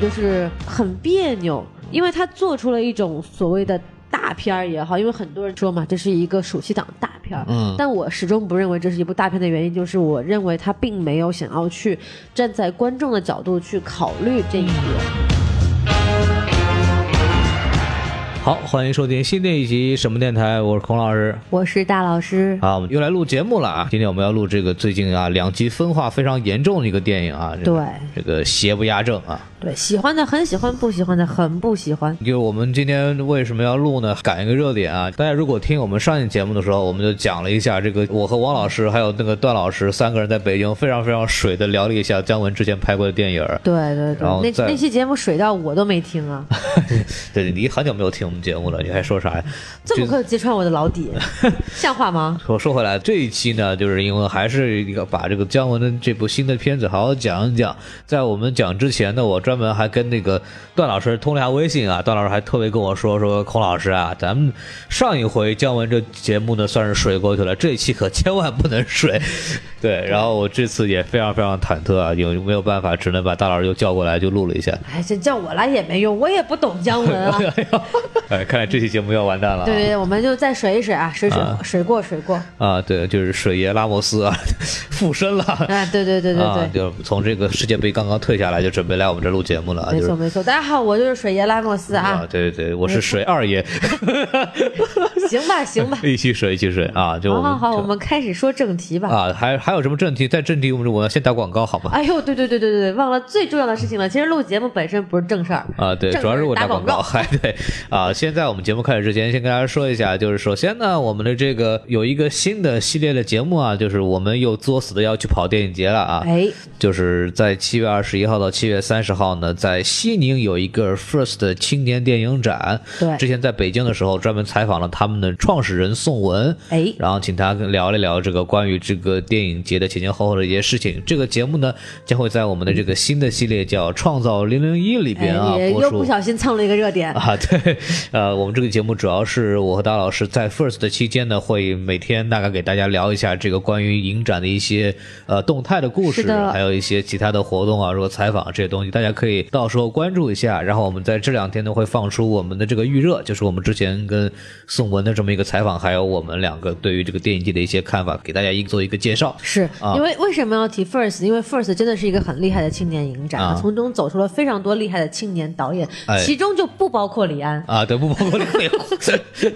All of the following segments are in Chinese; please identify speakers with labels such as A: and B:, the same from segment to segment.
A: 就是很别扭，因为他做出了一种所谓的。大片儿也好，因为很多人说嘛，这是一个暑期档大片儿，
B: 嗯
A: 但我始终不认为这是一部大片的原因，就是我认为他并没有想要去站在观众的角度去考虑这一点。
B: 嗯好，欢迎收听新的一集什么电台，我是孔老师。
A: 我是大老师，
B: 啊，我们又来录节目了啊！今天我们要录这个最近啊两极分化非常严重的一个电影啊，这个、
A: 对
B: 这个邪不压正啊。
A: 对，喜欢的很喜欢，不喜欢的很不喜欢。
B: 就是我们今天为什么要录呢？赶一个热点啊！大家如果听我们上一节目的时候，我们就讲了一下这个，我和王老师还有那个段老师三个人在北京非常非常水的聊了一下姜文之前拍过的电影儿。
A: 对对对
B: 然后，再
A: 那那期节目水到我都没听 啊，
B: 对，你很久没有听我们节目了，你还说啥呀？
A: 这么快就揭穿我的老 底，像话吗？
B: 说说回来，这一期呢，就是因为还是一个把这个姜文的这部新的片子好好讲一讲。在我们讲之前呢，我专门还跟那个段老师通了一下微信啊，段老师还特别跟我说说，孔老师啊，咱们上一回姜文这节目呢算是水过去了，这一期可千万不能水。 对，然后我这次也非常非常忐忑啊，有没有办法，只能把大老师又叫过来就录了一下。
A: 哎，这叫我来也没用，我也不懂姜文啊。
B: 哎，看来这期节目要完蛋了、啊。
A: 对对对，我们就再水一水啊，水水、水过水过。
B: 啊，对，就是水爷拉莫斯啊， 附身了。
A: 啊，对对对对对。
B: 啊，就是从这个世界杯刚刚退下来，就准备来我们这录节目了啊。
A: 没
B: 就是
A: 错没错，大家好，我就是水爷拉莫斯啊
B: 啊，，对对对，我是水二爷，，
A: 行吧行吧
B: 一起水一起水啊， 就我
A: 好
B: 们
A: 好好，
B: 就
A: 我们开始说正题吧。
B: 啊，还还有什么正题？在正题我们我要先打广告好吗？
A: 哎呦，对对对对对，忘了最重要的事情了。其实录节目本身不是正事儿
B: 啊，对，
A: 正
B: 主要是
A: 事儿
B: 我
A: 打
B: 广
A: 告。
B: 嗨，对啊。现在我们节目开始之前，先跟大家说一下，就是首先呢，我们的这个有一个新的系列的节目啊，就是我们又作死的要去跑电影节了啊。
A: 哎，
B: 就是在七月二十一号到七月三十号呢，在西宁有一个 First 青年电影展。
A: 对
B: 之前在北京的时候专门采访了他们的创始人宋文，
A: 哎
B: 然后请他聊了聊这个关于这个电影节的前前后后的一些事情。这个节目呢，将会在我们的这个新的系列叫《创造零零一》里边啊
A: 哎，也
B: 播
A: 又
B: 出
A: 不。小心蹭了一个热点。
B: 啊，对，呃，我们这个节目主要是我和大老师在 First 的期间呢，会每天大概给大家聊一下这个关于影展的一些呃动态的故事
A: 是，的
B: 还有一些其他的活动啊，如果采访这些东西，大家可以到时候关注一下。然后我们在这两天呢会放出我们的这个预热，就是我们之前跟宋文的这么一个采访，还有我们两个对于这个电影界的一些看法，给大家一做一个介绍。
A: 是
B: 啊
A: 因为为什么要提 First？因为 First 真的是一个很厉害的青年影展，
B: 啊
A: 从中走出了非常多厉害的青年导演，
B: 哎
A: 其中就不包括李安。
B: 啊，对，不包括那个，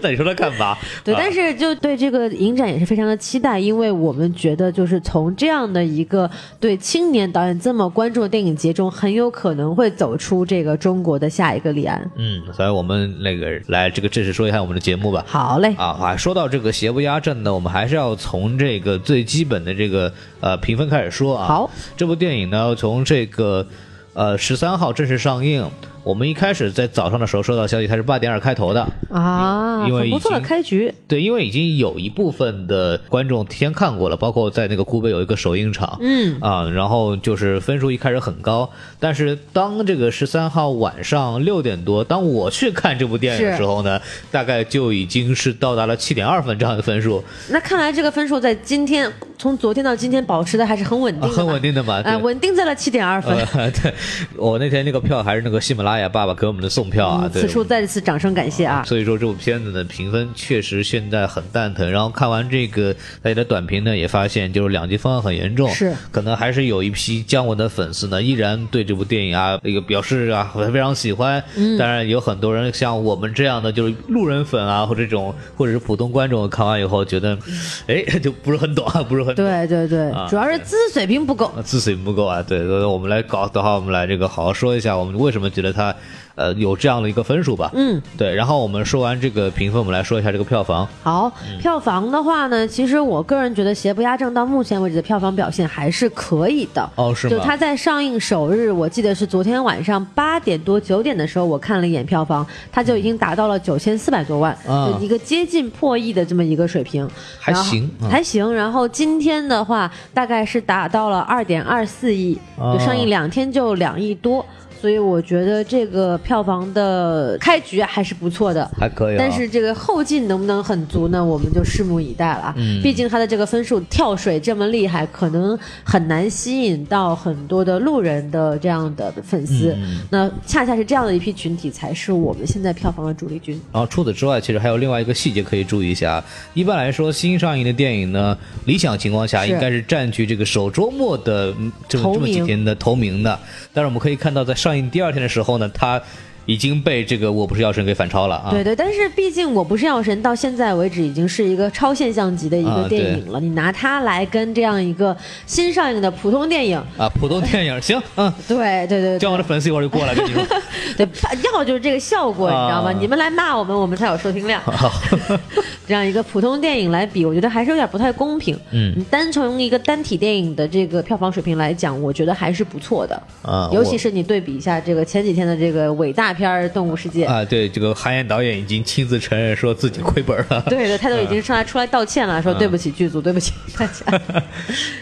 B: 那你说他干嘛？
A: 对，
B: 啊
A: 但是就对这个影展也是非常的期待，因为我们觉得就是从这样的一个对青年导演这么关注的电影节中，很有可能会走出这个中国的下一个李安。
B: 嗯，所以我们那个来这个正式说一下我们的节目吧。
A: 好嘞，
B: 啊，啊，说到这个邪不压正呢，我们还是要从这个最基本的这个呃评分开始说啊。
A: 好，
B: 这部电影呢，从这个呃十三号正式上映。我们一开始在早上的时候收到消息，它是八点二开头的。
A: 啊，
B: 因为
A: 很不错
B: 已
A: 的
B: 经
A: 开局，
B: 对，因为已经有一部分的观众提前看过了，包括在那个湖北有一个首映场，
A: 嗯，
B: 啊，然后就是分数一开始很高，但是当这个十三号晚上六点多，当我去看这部电影的
A: 是
B: 时候呢，大概就已经是到达了七点二分这样的分数，
A: 那看来这个分数在今天从昨天到今天保持的还是很 稳定
B: 啊
A: 的、
B: 很稳定的嘛，对
A: 啊，稳定在了七点二分。
B: 呃， 对，我那天那个票还是那个喜马拉雅爸爸给我们的送票啊，
A: 嗯
B: 对
A: 此。处再次掌声感谢啊！
B: 所以说这部片子的评分确实现在很蛋疼，然后看完这个大家的短评呢，也发现就是两极分化很严重，
A: 是
B: 可能还是有一批姜文的粉丝呢，依然对这部电影啊那个表示啊 非常喜欢，嗯，当然有很多人像我们这样的就是路人粉啊，或者这种或者是普通观众看完以后觉得，哎，就不是很懂啊，不是很懂，
A: 对对对，
B: 啊
A: 主要是知识水平不够。
B: 啊，自省不够啊，对，所以我们来搞的话，我们来这个好好说一下，我们为什么觉得它，呃，有这样的一个分数吧。
A: 嗯，
B: 对，然后我们说完这个评分，我们来说一下这个票房。
A: 好，
B: 嗯
A: 票房的话呢，其实我个人觉得《邪不压正》到目前为止的票房表现还是可以的。
B: 哦，是
A: 就
B: 吗？
A: 它在上映首日，我记得是昨天晚上八点多九点的时候，我看了一眼票房，它就已经达到了九千四百多万，
B: 啊
A: 就一个接近破亿的这么一个水平，
B: 还
A: 然后
B: 行嗯
A: 还行。然后今天的话，大概是达到了二点二四亿，
B: 哦
A: 就上映两天就两亿多。所以我觉得这个票房的开局还是不错的。
B: 还可以、啊。
A: 但是这个后劲能不能很足呢？我们就拭目以待了。啊
B: 嗯
A: 毕竟它的这个分数跳水这么厉害，可能很难吸引到很多的路人的这样的粉丝。
B: 嗯
A: 那恰恰是这样的一批群体，才是我们现在票房的主力军。
B: 然后除此之外，其实还有另外一个细节可以注意一下。啊一般来说，新上映的电影呢，理想情况下
A: 是
B: 应该是占据这个首周末的嗯这么
A: 头
B: 这么几
A: 名
B: 天的头名的。但是我们可以看到，在上映第二天的时候呢，它已经被这个《我不是药神》给反超了啊。
A: 对对，但是毕竟我不是药神，到现在为止已经是一个超现象级的一个
B: 啊
A: 电影了。你拿它来跟这样一个新上映的普通电影，
B: 啊，普通电影行，嗯，
A: 对对对
B: 姜文的粉丝一会儿就过来跟你 说。
A: 对，要就是这个效果，你知道吗？
B: 啊
A: 你们来骂我们，我们才有收 听量。 这样一个普通电影来比，我觉得还是有点不太公平。
B: 嗯，
A: 单从一个单体电影的这个票房水平来讲，我觉得还是不错的。
B: 啊
A: 尤
B: 我
A: 其是你对比一下这个前几天的这个伟大片儿《动物世界》
B: 啊，对，这个韩延导演已经亲自承认说自己亏本了。
A: 对的，他都已经上来出来道歉了，说对不起剧组，对不起大家。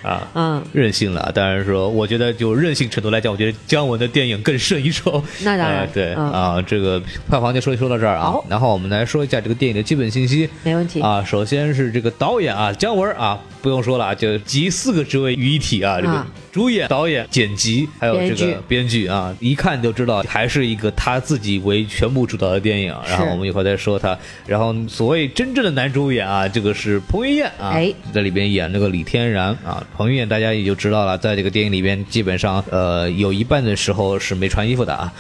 B: 啊，
A: 嗯，
B: 任性了啊。当然说，我觉得就任性程度来讲，我觉得姜文的电影更胜一筹。
A: 那当然
B: 哎对、
A: 嗯
B: 啊，这个票房就说说到这儿啊
A: 好。
B: 然后我们来说一下这个电影的基本信息。
A: 没问题。
B: 啊，首先是这个导演啊，姜文啊，不用说了啊，就集四个职位于一体啊，这个
A: 啊
B: 主演、导演、剪辑，还有这
A: 编剧
B: 个编剧啊，一看就知道还是一个他自己为全部主导的电影。然后
A: 是
B: 我们一会儿再说他。然后所谓真正的男主演啊，这个是彭于晏啊，
A: 哎
B: 在里边演这个李天然啊。彭于晏大家也就知道了，在这个电影里边基本上呃有一半的时候是没穿衣服的啊，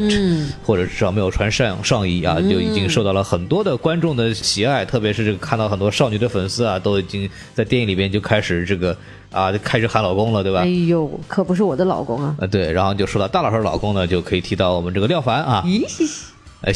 A: 嗯，
B: 或者至少没有穿上上衣啊，就已经受到了很多的观众的喜爱，特别是这个看到很多少女的粉丝啊，都已经在电影里边就开始这个啊，就开始喊老公了，对吧
A: 哎？呦，可不是我的老公啊！
B: 啊，对，然后就说到大老师老公呢，就可以提到我们这个廖凡啊，
A: 咦，
B: 哎，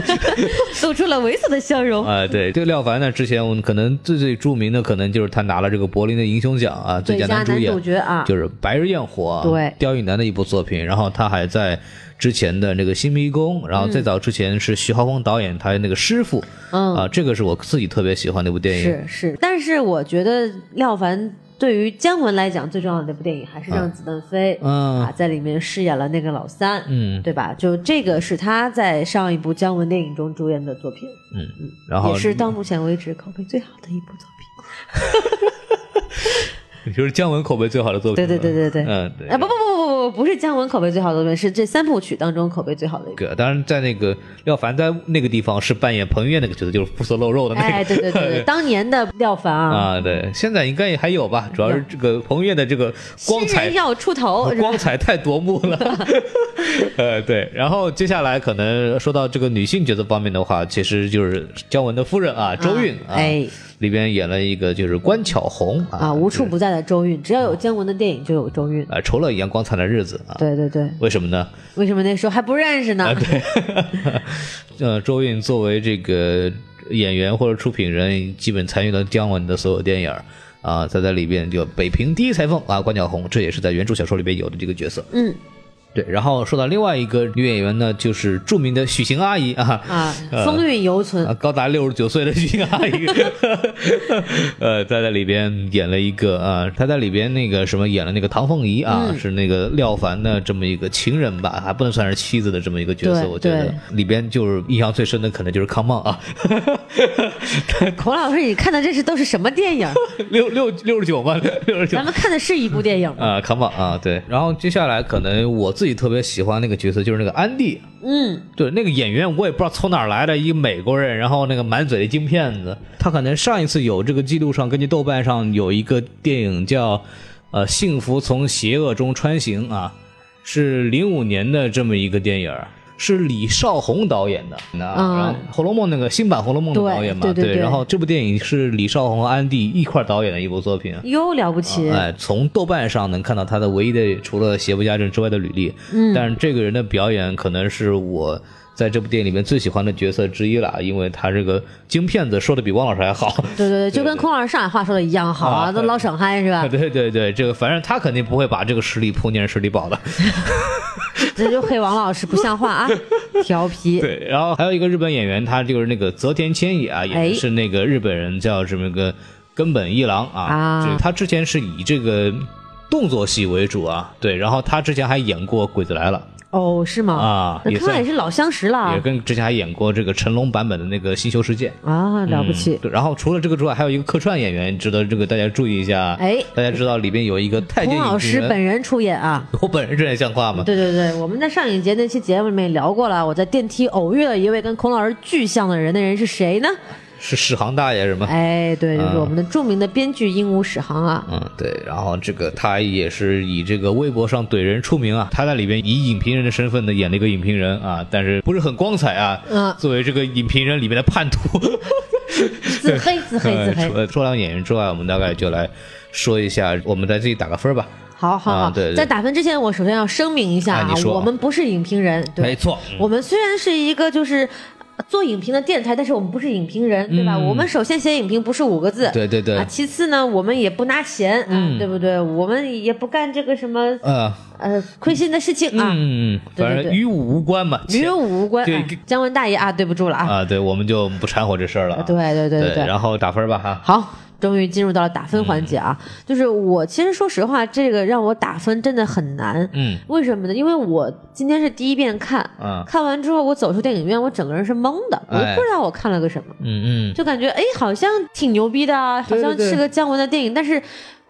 A: 露出了猥琐的笑容。
B: 啊，对，这个廖凡呢，之前我们可能最最著名的，可能就是他拿了这个柏林的银熊奖啊，最
A: 最
B: 佳
A: 佳
B: 男主
A: 男
B: 演
A: 主，角啊，
B: 就是《白日焰火》啊
A: 对
B: 刁亦男的一部作品。然后他还在之前的那个《新迷宫》，然后最早之前是徐浩峰导演他那个师傅，
A: 嗯
B: 啊，这个是我自己特别喜欢的一部电影。
A: 是是，但是我觉得廖凡对于姜文来讲，最重要的那部电影还是《让子弹飞》
B: 嗯
A: 啊，在里面饰演了那个老三，
B: 嗯
A: 对吧？就这个是他在上一部姜文电影中主演的作品，
B: 嗯，然后
A: 也是到目前为止口碑最好的一部作品。
B: 你说是姜文口碑最好的作品
A: 对
B: 了，
A: 对对对对，
B: 嗯对
A: 啊不不不不不不，不是姜文口碑最好的作品，是这三部曲当中口碑最好的一部。
B: 个当然，在那个廖凡在那个地方是扮演彭于晏那个角色，就是肤色露肉的那个。
A: 哎，对对对 对，当年的廖凡啊，
B: 啊，对，现在应该也还有吧，主要是这个彭于晏的这个光
A: 新
B: 彩
A: 人要出头，是吧
B: 光彩太夺目了。 呃，对，然后接下来可能说到这个女性角色方面的话，其实就是姜文的夫人啊，周韵啊，
A: 哎
B: 里边演了一个就是关巧红啊，
A: 啊，无处
B: 就是
A: 不在的周韵，只要有姜文的电影就有周韵。
B: 啊，除了一样光彩的日子啊，
A: 对对对，
B: 为什么呢？
A: 为什么那时候还不认识呢？
B: 啊呃，周韵作为这个演员或者出品人，基本参与了姜文的所有电影儿啊，他在里边就北平第一裁缝啊，关巧红，这也是在原著小说里边有的这个角色。
A: 嗯
B: 对，然后说到另外一个女演员呢，就是著名的许晴阿姨啊，
A: 啊，
B: 呃
A: 风韵犹存
B: 啊，高达六十九岁的徐阿姨， 呃，她在里边演了一个啊，她在里边那个什么演了那个唐凤仪啊，
A: 嗯
B: 是那个廖凡的这么一个情人吧，还不能算是妻子的这么一个角色，
A: 对
B: 我觉得
A: 对
B: 里边就是印象最深的可能就是康茂啊，
A: 孔老师，你看的这是都是什么电影？
B: 六六六十九嘛，六 十九
A: 咱。们看的是一部电影吗？
B: 啊，康茂啊，对，然后接下来可能我自己特别喜欢那个角色就是那个安迪，
A: 嗯，
B: 对，那个演员我也不知道从哪儿来的一个美国人，然后那个满嘴的金片子。他可能上一次有这个记录上，根据豆瓣上有一个电影叫呃《幸福从邪恶中穿行》啊，是零五年的这么一个电影儿。是李少红导演的，那、
A: 嗯
B: 然后《红楼梦》那个新版《红楼梦》的
A: 对
B: 导演嘛，
A: 对对对
B: 然后这部电影是李少红和安迪一块儿导演的一部作品，
A: 哟，了不起，
B: 哎，从豆瓣上能看到他的唯一的除了邪不压正之外的履历。嗯，但是这个人的表演可能是我在这部电影里面最喜欢的角色之一了，因为他这个京片子说的比汪老师还好。
A: 对对对，就跟孔老师上海话说的一样，好 啊，
B: 啊？
A: 都老省嗨是吧
B: 对对对，这个反正他肯定不会把这个实力铺垫实力保的。
A: 这就黑王老师不像话 啊，调皮。
B: 对， 然后还有一个日本演员，他就是那个泽田千也啊，
A: 哎
B: 也是那个日本人叫什么个根本一郎啊，
A: 啊
B: 这他之前是以这个动作戏为主啊，对，然后他之前还演过《鬼子来了》
A: 哦，是吗？
B: 啊
A: 那
B: 也
A: 看来
B: 算
A: 也是老相识了
B: 也跟之前还演过这个成龙版本的那个《新修世界》。
A: 啊，了不起。
B: 嗯对，然后除了这个之外，还有一个客串演员值得这个大家注意一下。
A: 哎
B: 大家知道里边有一嗯个太监
A: 洪
B: 影
A: 老
B: 评
A: 师
B: 人
A: 本人出演啊，
B: 我本人这也像话吗？
A: 对对对，我们在上影节那期节目里面也聊过了，我在电梯偶遇了一位跟孔老师巨像的人，那人是谁呢？
B: 是史航大爷是 吗？
A: 哎，对，就是我们的著名的编剧鹦鹉史航啊。
B: 嗯，对，然后这个他也是以这个微博上怼人出名啊，他在里边以影评人的身份呢演了一个影评人啊，但是不是很光彩啊。
A: 嗯
B: 作为这个影评人里面的叛徒，
A: 自黑 自黑自
B: 呃
A: 黑
B: 除，了说两演员之外，我们大概就来说一下，我们再自己打个分吧。
A: 好好好，
B: 啊对对
A: 在打分之前，我首先要声明一下
B: 哎
A: 啊，
B: 你说啊哎
A: 我们不是影评人，对，嗯
B: 没错，
A: 我们虽然是一个就是呃做影评的电台，但是我们不是影评人，对吧？我们首先写影评不是五个字，
B: 嗯对对对嗯
A: 啊，其次呢，我们也不拿钱，啊，对不对？我们也不干这个什么
B: 呃，
A: 呃亏心的事情啊，
B: 嗯，
A: 对对
B: 反正
A: 对
B: 与我无关嘛，
A: 与我无关。
B: 对
A: 哎姜文大爷啊，对不住了啊，
B: 啊，对，我们就不掺和这事儿了啊。
A: 对对对对
B: 对，
A: 对。
B: 然后打分吧哈。
A: 好，终于进入到了打分环节啊！
B: 嗯
A: 就是我其实说实话，这个让我打分真的很难。
B: 嗯
A: 为什么呢？因为我今天是第一遍看，
B: 啊
A: 看完之后我走出电影院，我整个人是懵的，我
B: 哎
A: 不知道我看了个什么，
B: 嗯嗯，
A: 就感觉哎，好像挺牛逼的啊，好
B: 对对
A: 像是个姜文的电影，但是。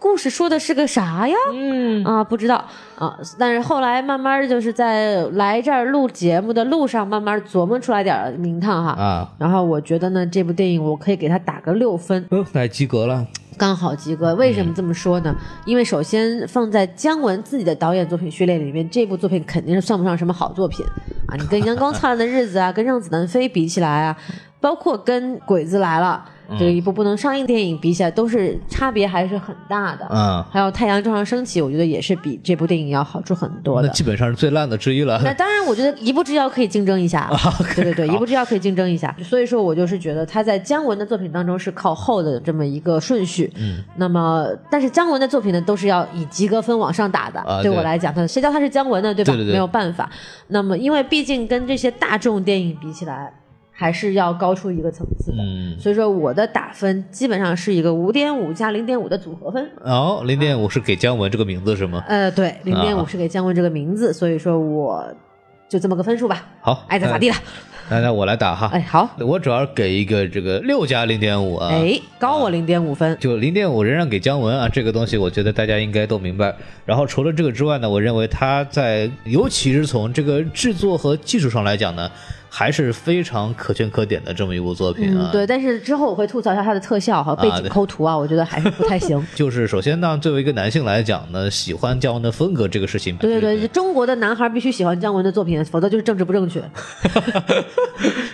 A: 故事说的是个啥呀？嗯啊，不知道啊。但是后来慢慢就是在来这儿录节目的路上，慢慢琢磨出来点儿名堂哈。
B: 啊，
A: 然后我觉得呢，这部电影我可以给它打个六分，
B: 哦，那及格了。
A: 刚好及格。为什么这么说呢？因为首先放在姜文自己的导演作品序列里面，这部作品肯定是算不上什么好作品啊。你跟《阳光灿烂的日子》啊，跟《让子弹飞》比起来啊，包括跟《鬼子来了》这一部不能上映电影比起来，都是差别还是很大的。
B: 嗯，
A: 还有《太阳照常升起》，我觉得也是比这部电影要好出很多
B: 那
A: 的。
B: 基本上是最烂的之一了。
A: 那当然，我觉得一步之遥可以竞争一 下，
B: 啊
A: 对对对，一步之遥可以竞争一下。所以说我就是觉得他在姜文的作品当中是靠后的这么一个顺序。嗯，那么但是姜文的作品呢，都是要以及格分往上打的。
B: 啊
A: 对
B: 对
A: 我来讲，他谁叫他是姜文呢？对吧？
B: 对对对
A: 没有办法。那么因为毕竟跟这些大众电影比起来，还是要高出一个层次的。
B: 嗯，
A: 所以说我的打分基本上是一个五点五加零点五的组合分。
B: 哦，零点五是给姜文这个名字是吗？
A: 呃，对，零点
B: 啊
A: 五是给姜文这个名字，所以说我就这么个分数吧。
B: 好，
A: 爱咋哎咋地了。
B: 那那我来打哈
A: 哎，，好，
B: 我主要给一个这个六加零点五啊。
A: 哎，高我零点五分。
B: 就零点五仍然给姜文啊，这个东西我觉得大家应该都明白。然后除了这个之外呢，我认为他在尤其是从这个制作和技术上来讲呢，还是非常可圈可点的这么一部作品啊。
A: 嗯，对，但是之后我会吐槽一下它的特效和背景
B: 对
A: 抠图啊，我觉得还是不太 行。
B: 就是首先呢，作为一个男性来讲呢，喜欢姜文的风格这个事情，
A: 对对对，中国的男孩必须喜欢姜文的作品，否则就是政治不正确。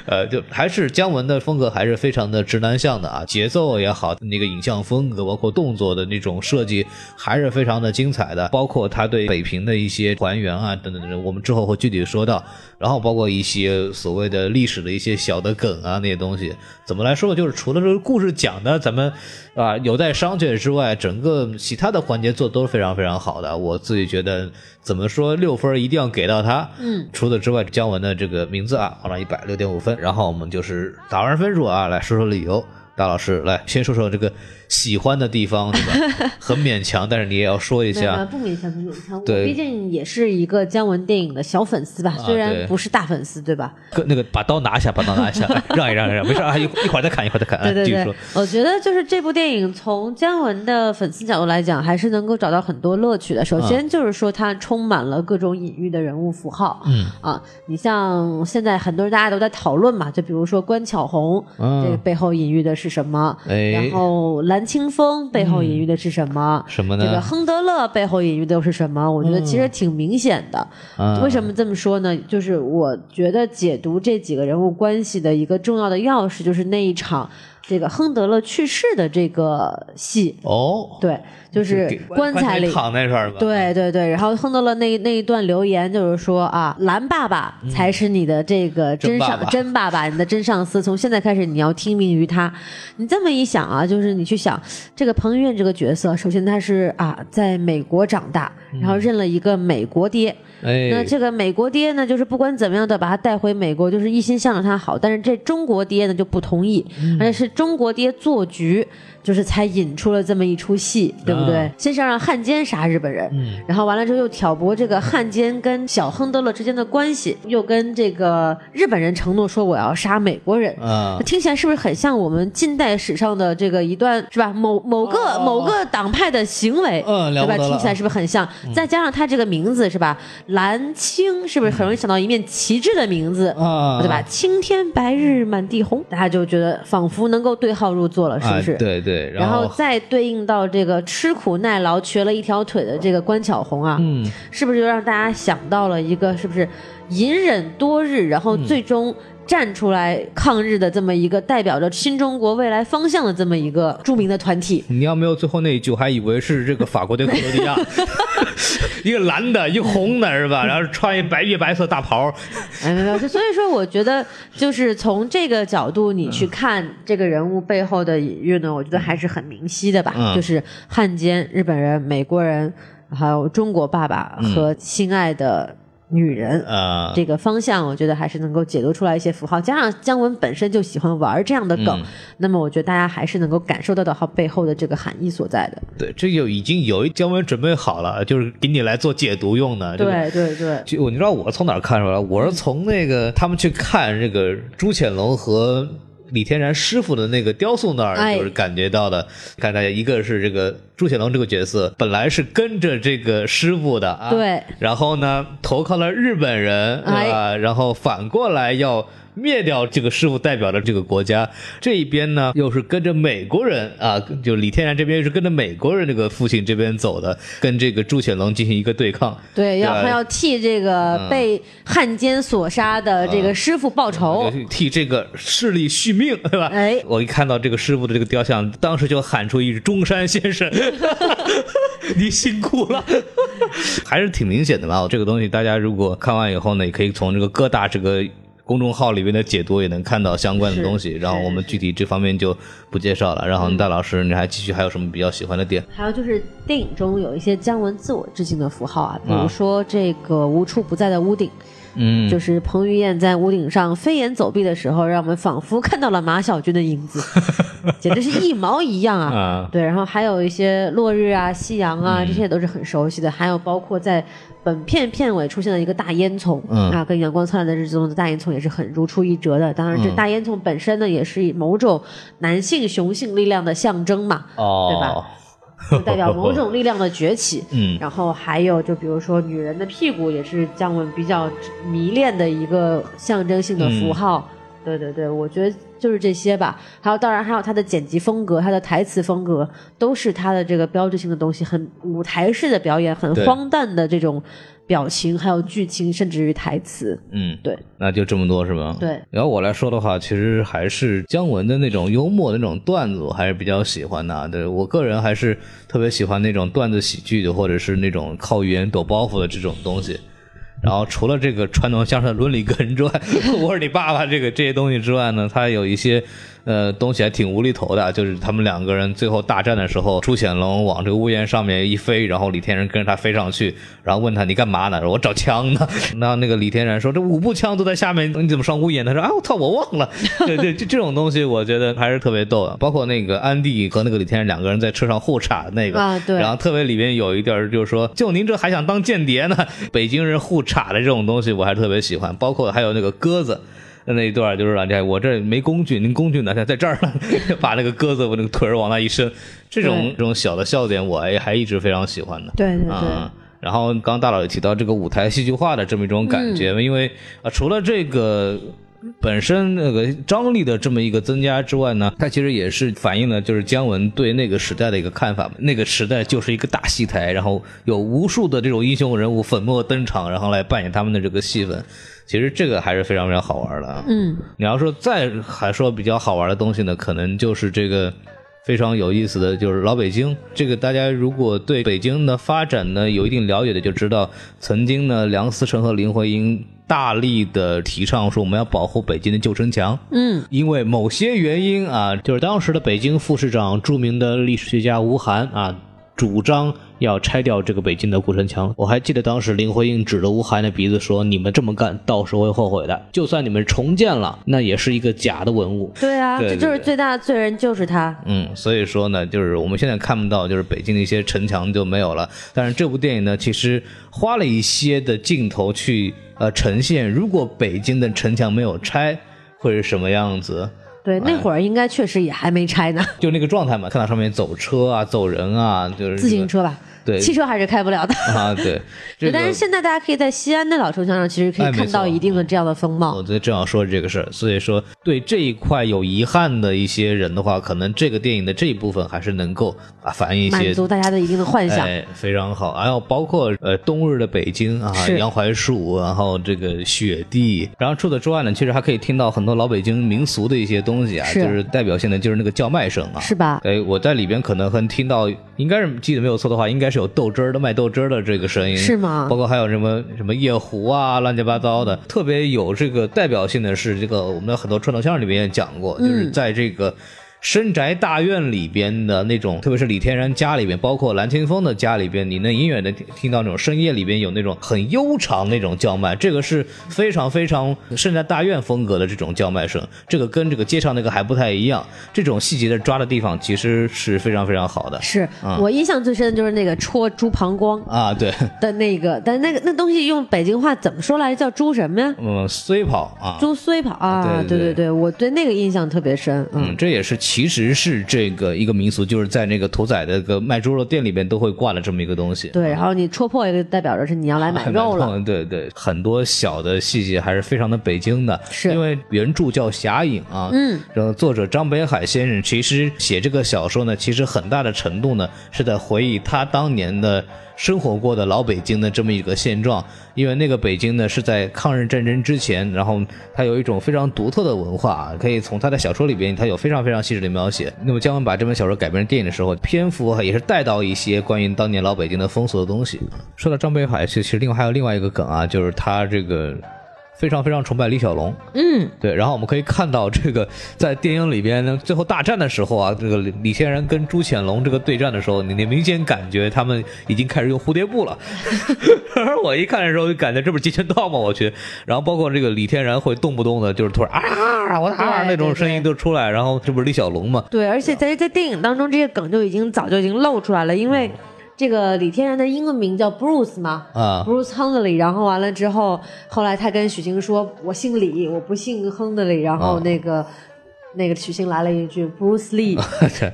B: 呃，就还是姜文的风格还是非常的直男向的啊，节奏也好，那个影像风格，包括动作的那种设计，还是非常的精彩的。包括他对北平的一些还原啊，等等等等，我们之后会具体说到。然后包括一些所谓的历史的一些小的梗啊，那些东西，怎么来说呢？就是除了这个故事讲的咱们啊、有待商榷之外，整个其他的环节做得都是非常非常好的。我自己觉得怎么说六分儿一定要给到他。嗯，除此之外，姜文的这个名字啊，往上一摆六点五分。然后我们就是打完分数啊，来说说理由。大老师来先说说这个喜欢的地方，对吧？ 很勉强， 但是你也要说一
A: 没有没有
B: 下。
A: 不勉强，不勉强。我
B: 对啊
A: 毕竟也是一个姜文电影的小粉丝吧，虽
B: 对
A: 然不是大粉丝，对吧？
B: 跟那个把刀拿下，把刀 拿下，让一让，让一让，没事啊，一一会儿再看，一会儿再看。啊
A: 对对
B: 继续
A: 对
B: 说，
A: 我觉得就是这部电影从姜文的粉丝角度来讲，还是能够找到很多乐趣的。首
B: 啊
A: 先就是说，它充满了各种隐喻的人物符号。
B: 嗯
A: 啊，你像现在很多人大家都在讨论嘛，就比如说关巧红，
B: 嗯
A: 这个背后隐喻的是什么？
B: 哎嗯
A: 然后蓝清风背后隐喻的是什么？
B: 什么
A: 这个
B: 呢？嗯
A: 亨德勒背后隐喻的是什么？我觉得其实挺明显的。
B: 啊
A: 为什么这么说呢？就是我觉得解读这几个人物关系的一个重要的钥匙，就是那一场这个亨德勒去世的这个戏，
B: 哦，
A: 对，就是
B: 给
A: 棺材里。
B: 躺那事儿吧。
A: 对对对，然后亨德勒那那一段留言就是说啊，蓝爸爸才是你的这个真上
B: 嗯真爸爸
A: 真爸爸，你的真上司，从现在开始你要听命于他。你这么一想啊，就是你去想这个彭于晏这个角色，首先他是啊在美国长大，
B: 嗯
A: 然后认了一个美国爹，那
B: 哎，
A: 这个美国爹呢，就是不
B: 嗯
A: 管怎么样的把他带回美国，就是一心向着他好。但是这中国爹呢就不同意，而且是中国爹做局，就是才引出了这么一出戏，对不对？
B: 啊
A: 先是要让汉奸杀日本人，
B: 嗯
A: 然后完了之后又挑拨这个汉奸跟小亨德勒之间的关系，又跟这个日本人承诺说我要杀美国人。
B: 啊
A: 那，听起来是不是很像我们近代史上的这个一段是吧？某某个、
B: 哦哦哦
A: 某个党派的行为，
B: 嗯
A: 对
B: 了不
A: 吧？
B: 得了嗯
A: 听起来是不是很像？再加上他这个名字是吧？蓝青是不是很容易想到一面旗帜的名字？
B: 啊
A: 对吧？？青天白日满地红，大家就觉得仿佛能够对号入座了，是不
B: 啊
A: 是？，
B: 对对，
A: 然
B: 后
A: 后再对应到这个吃苦耐劳、瘸了一条腿的这个关巧红啊，
B: 嗯
A: 是不是就让大家想到了一个是不是隐忍多日，然后最终站出来抗日的这么一个代表着新中国未来方向的这么一个著名的团体？
B: 你要没有最后那一句，我还以为是这个法国对克罗地 亚，一个蓝的，一个红的 是吧？然后穿一白月白色大袍，
A: 哎，没有没有，就 所以说，我觉得就是从这个角度你去看这个人物背后的隐喻呢，我觉得还是很明晰的吧，
B: 嗯
A: 就是汉奸、日本人、美国人，还有中国爸爸和心爱的女人。
B: 啊，
A: 这个方向，我觉得还是能够解读出来一些符号。加上姜文本身就喜欢玩这样的梗，
B: 嗯
A: 那么我觉得大家还是能够感受得到它背后的这个含义所在的。
B: 对，这就已经有一姜文准备好了，就是给你来做解读用啊的。这个
A: 对对对，
B: 就我你知道我从哪儿看出来？我是从那个他们去看这个朱潜龙和李天然师傅的那个雕塑那
A: 哎
B: 儿，就是感觉到的。看大家，一个是这个朱潜龙这个角色本来是跟着这个师傅的啊，
A: 对，
B: 然后呢投靠了日本人，
A: 哎
B: 对吧？然后反过来要。灭掉这个师傅代表的这个国家，这一边呢又是跟着美国人啊，就李天然这边是跟着美国人这个父亲这边走的，跟这个朱潜龙进行一个对抗。
A: 对，要
B: 对
A: 还要替这个被汉奸所杀的这个师傅报仇。
B: 就是替这个势力续命，对吧？
A: 哦哎
B: 我一看到这个师傅的这个雕像，当时就喊出一句“中山先 生， 你辛苦了”， 还是挺明显的吧？我这个东西，大家如果看完以后呢，也可以从这个各大这个。公众号里面的解读也能看到相关的东西，
A: 是嗯
B: 然后我们具体这方面就不介绍了。然后戴老师，你还继续还有什么比较喜欢的点？
A: 还有就是电影中有一些姜文自我致敬的符号啊，比如
B: 啊
A: 说这个无处不在的屋顶，
B: 嗯，
A: 就是彭于晏在屋顶上飞檐走壁的时候，让我们仿佛看到了马小军的影子，简直是一毛一样啊！
B: 啊嗯
A: 对，然后还有一些落日啊、夕阳啊，这些都是很熟悉的。还有包括在本片片尾出现的一个大烟囱、
B: 嗯
A: 啊，跟《阳光灿烂的日子》中的大烟囱也是很如出一辙的。当
B: 嗯
A: 然，这大烟囱本身呢，也是某种男性雄性力量的象征嘛，对
B: 哦
A: 吧，就代表某种力量的崛起。
B: 嗯
A: 然后还有就比如说女人的屁股也是姜文比较迷恋的一个象征性的符号。
B: 嗯
A: 对对对，我觉得就是这些吧。还有当然还有他的剪辑风格、他的台词风格，都是他的这个标志性的东西，很舞台式的表演，很
B: 对
A: 荒诞的这种表情，还有剧情，甚至于台词。
B: 嗯，
A: 对
B: 那就这么多是吧？
A: 对。
B: 然后我来说的话，其实还是姜文的那种幽默的那种段子，我还是比较喜欢的啊。对我个人还是特别喜欢那种段子喜剧的，或者是那种靠语言抖包袱的这种东西。然后除了这个传统相声的伦理个人之外， 我是你爸爸这个这些东西之外呢，他有一些呃东西还挺无厘头的，就是他们两个人最后大战的时候，朱显龙往这个屋檐上面一飞，然后李天然跟着他飞上去，然后问他你干嘛呢？说我找枪呢。 那那个李天然说这五步枪都在下面，你怎么上屋檐？他说啊我操我忘了。对对，这这种东西我觉得还是特别逗的，包括那个安迪和那个李天然两个人在车上互插那个，
A: 啊对
B: 然后特别里面有一段儿就是说，就您这还想当间谍呢？ 北京人互插的这种东西，我还特别喜欢，包括还有那个鸽子。那一段儿就是啊，这我这没工具，您工具呢？在在这儿了， 把那个鸽子我那个腿儿往那一伸，这种
A: 对
B: 这种小的笑点，我还还一直非常喜欢的。
A: 对对对，
B: 啊。然后刚刚大佬也提到这个舞台戏剧化的这么一种感
A: 嗯
B: 觉，因为啊、呃除了这个。本身那个张力的这么一个增加之外呢，它其实也是反映了就是姜文对那个时代的一个看法嘛。那个时代就是一个大戏台，然后有无数的这种英雄人物粉墨登场，然后来扮演他们的这个戏份。其实这个还是非常非常好玩的啊。
A: 嗯，
B: 你要说再还说比较好玩的东西呢，可能就是这个非常有意思的就是老北京。这个大家如果对北京的发展呢有一定了解的，就知道曾经呢梁思成和林徽因大力的提倡说我们要保护北京的旧城墙。
A: 嗯，
B: 因为某些原因啊，就是当时的北京副市长、著名的历史学家吴晗啊，主张要拆掉这个北京的护城墙。我还记得当时林徽因指着吴晗的鼻子说：“你们这么干，到时候会后悔的。就算你们重建了，那也是一个假的文物。”
A: 对啊，
B: 对
A: 这
B: 对
A: 就是
B: 对
A: 最大的罪人就是他。
B: 嗯，所以说呢，就是我们现在看不到，就是北京的一些城墙就没有了。但是这部电影呢，其实花了一些的镜头去呃呈现，如果北京的城墙没有拆，会是什么样子？
A: 对，那会儿应该确实也还没拆呢，
B: 就那个状态嘛，看到上面走车啊、走人啊，就是
A: 自行车吧，
B: 对
A: 汽车还是开不了的。
B: 啊，对。这
A: 对，
B: 个、
A: 但是现在大家可以在西安的老城墙上，其实可
B: 哎
A: 以
B: 没
A: 看到
B: 错
A: 一定的这样的风貌。
B: 我就正要说这个事儿，所以说对这一块有遗憾的一些人的话，可能这个电影的这一部分还是能够啊反映一
A: 满
B: 些
A: 足大家的一定的幻想，
B: 哎，非常好。还有包括呃冬日的北京啊，
A: 是
B: 杨槐树，然后这个雪地，然后除此之外呢，其实还可以听到很多老北京民俗的一些东西啊，
A: 是
B: 就是代表性的就是那个叫卖声啊。
A: 是吧？
B: 哎，我在里边可能很听到，应该是记得没有错的话，应该是有豆汁儿的卖豆汁儿的这个声音，
A: 是吗嗯
B: 包括还有什么什么夜壶啊，乱七八糟的。特别有这个代表性的是，这个我们的很多传统相声里面也讲过，
A: 嗯
B: 就是在这个。深宅大院里边的那种，特别是李天然家里边，包括蓝清风的家里边，你能隐隐的听到那种深夜里边有那种很悠长那种叫卖，这个是非常非常深宅大院风格的这种叫卖声，这个跟这个街上那个还不太一样，这种细节的抓的地方其实是非常非常好的
A: 是
B: 嗯
A: 我印象最深的就是那个戳猪膀胱
B: 啊，对，
A: 的那个，但那个那东西用北京话怎么说来着？叫猪什么呀？
B: 嗯，虽跑啊，
A: 猪虽跑啊！
B: 对对
A: 对
B: 对
A: 对，我对那个印象特别深。嗯，
B: 嗯，这也是其实是这个一个民俗，就是在那个屠宰的个卖猪肉店里边都会挂了这么一个东西。
A: 对，然后你戳破一个，代表着是你要来 买肉了。
B: 嗯。对对，很多小的细节还是非常的北京的，
A: 是
B: 因为原著叫《侠影》啊，嗯，然后作者张北海先生其实写这个小说呢，其实很大的程度呢是在回忆他当年的生活过的老北京的这么一个现状，因为那个北京呢是在抗日战争之前，然后它有一种非常独特的文化啊，可以从他的小说里边，他有非常非常细致的描写。那么姜文把这本小说改编成电影的时候，篇幅也是带到一些关于当年老北京的风俗的东西。说到张北海，其实另外还有另外一个梗啊，就是他这个非常非常崇拜李小龙。
A: 嗯，
B: 对，然后我们可以看到这个在电影里边呢，最后大战的时候啊，这个李李天然跟朱潜龙这个对战的时候，你你明显感觉他们已经开始用蝴蝶步了。 而我一看的时候，就感觉这不是截拳道吗？我去！然后包括这个李天然会动不动的，就是突然啊，我啊
A: 对
B: 那种
A: 对
B: 声音
A: 对
B: 就出来，然后这不是李小龙吗？
A: 对，而且在在电影当中，这些梗就已经早就已经露出来了，因为这个李天然的英文名叫 Bruce 嘛。
B: 嗯啊，
A: Bruce Hundley，然后完了之后，后来他跟许昕说：“我姓李，我不姓亨德里。”然后
B: 嗯
A: 那个、那个许昕来了一句 “Bruce Lee”，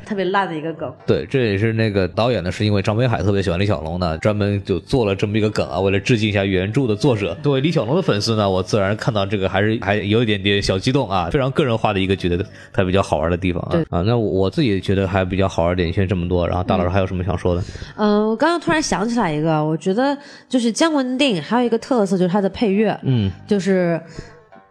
A: 特别烂的一个梗。
B: 对，这也是那个导演呢，是因为张北海特别喜欢李小龙呢，专门就做了这么一个梗啊，为了致敬一下原著的作者。作为李小龙的粉丝呢，我自然看到这个还是还有一点点小激动啊，非常个人化的一个觉得它比较好玩的地方啊
A: 对
B: 啊，那我我自己觉得还比较好玩的点，现在这么多，然后大老师还有什么想说的？
A: 嗯，我刚刚突然想起来一个，我觉得就是姜文的电影还有一个特色就是它的配乐，
B: 嗯，
A: 就是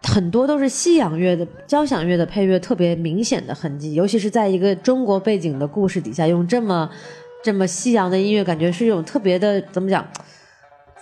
A: 很多都是西洋乐的交响乐的配乐特别明显的痕迹，尤其是在一个中国背景的故事底下，用这么这么西洋的音乐，感觉是一种特别的怎么讲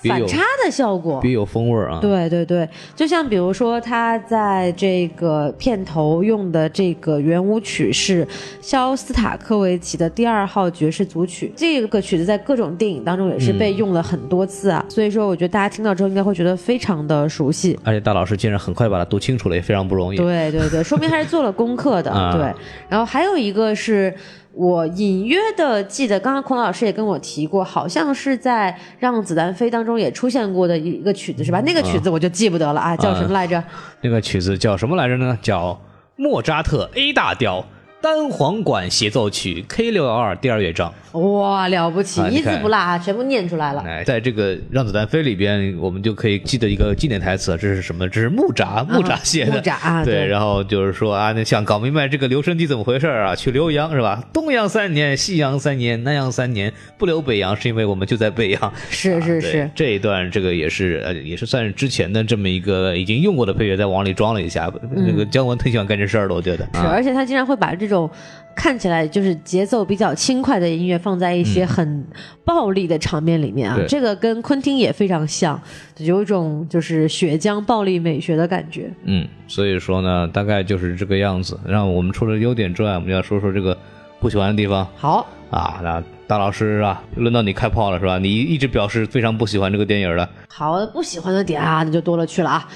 B: 别有
A: 反差的效果。
B: 别有风味儿啊。
A: 对对对，就像比如说他在这个片头用的这个圆舞曲是肖斯塔科维奇的第二号爵士组曲，这个曲子在各种电影当中也是被用了很多次啊，所以说我觉得大家听到之后应该会觉得非常的熟悉。
B: 而且大老师竟然很快把它读清楚了，也非常不容易。
A: 对对对，说明还是做了功课的。
B: 啊
A: 对，然后还有一个是我隐约的记得，刚刚孔老师也跟我提过，好像是在《让子弹飞》当中也出现过的一一个曲子，是吧？那个曲子我就记不得了啊，叫什么来着？
B: 那个曲子叫什么来着呢？叫莫扎特 A 大调单簧管协奏曲 K 六幺二第二乐章。
A: 哇，了不起
B: 啊，你
A: 一字
B: 看
A: 不落啊，全部念出来了。
B: 哎，在这个《让子弹飞》里边，我们就可以记得一个经典台词，这是什么？这是木闸， 木闸写的。
A: 木闸啊
B: 对，
A: 对
B: 然后就是说啊，那想搞明白这个留声机怎么回事儿啊，去浏阳是吧？东阳三年，西阳三年，南阳三年，不留北阳是因为我们就在北 阳。
A: 是是
B: 啊对
A: 是。
B: 这一段这个也是呃，也是算是之前的这么一个已经用过的配乐，再往里装了一下。那个姜文特喜欢干这事儿的，我觉得。
A: 是，
B: 啊
A: 而且他经常会把这种看起来就是节奏比较轻快的音乐放在一些很暴力的场面里面啊，
B: 嗯对
A: 这个跟昆汀也非常像，就有一种就是血浆暴力美学的感觉。
B: 嗯，所以说呢，大概就是这个样子。让我们除了优点之外，我们要说说这个不喜欢的地方。
A: 好，
B: 啊，那大老师啊，轮到你开炮了是吧？你一直表示非常不喜欢这个电影的，
A: 好，不喜欢的点啊，那就多了去了啊。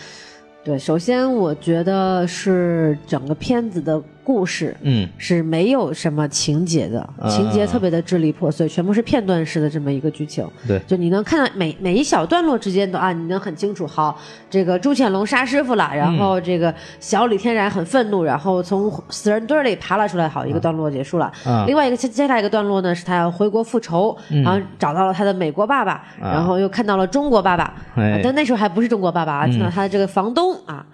A: 对，首先我觉得是整个片子的故事
B: 嗯，
A: 是没有什么情节的，
B: 啊
A: 情节特别的支离破碎，全部是片段式的这么一个剧情。
B: 对
A: 就你能看到每每一小段落之间的啊，你能很清楚，好，这个朱潜龙杀师傅了，
B: 嗯
A: 然后这个小李天然很愤怒，然后从死人堆里爬了出来，好，一个段落结束了。
B: 啊嗯
A: 另外一个接接下来一个段落呢，是他要回国复仇，然后找到了他的美国爸爸，
B: 啊
A: 然后又看到了中国爸爸，
B: 哎嗯
A: 啊但那时候还不是中国爸爸啊，见到他的这个房东啊。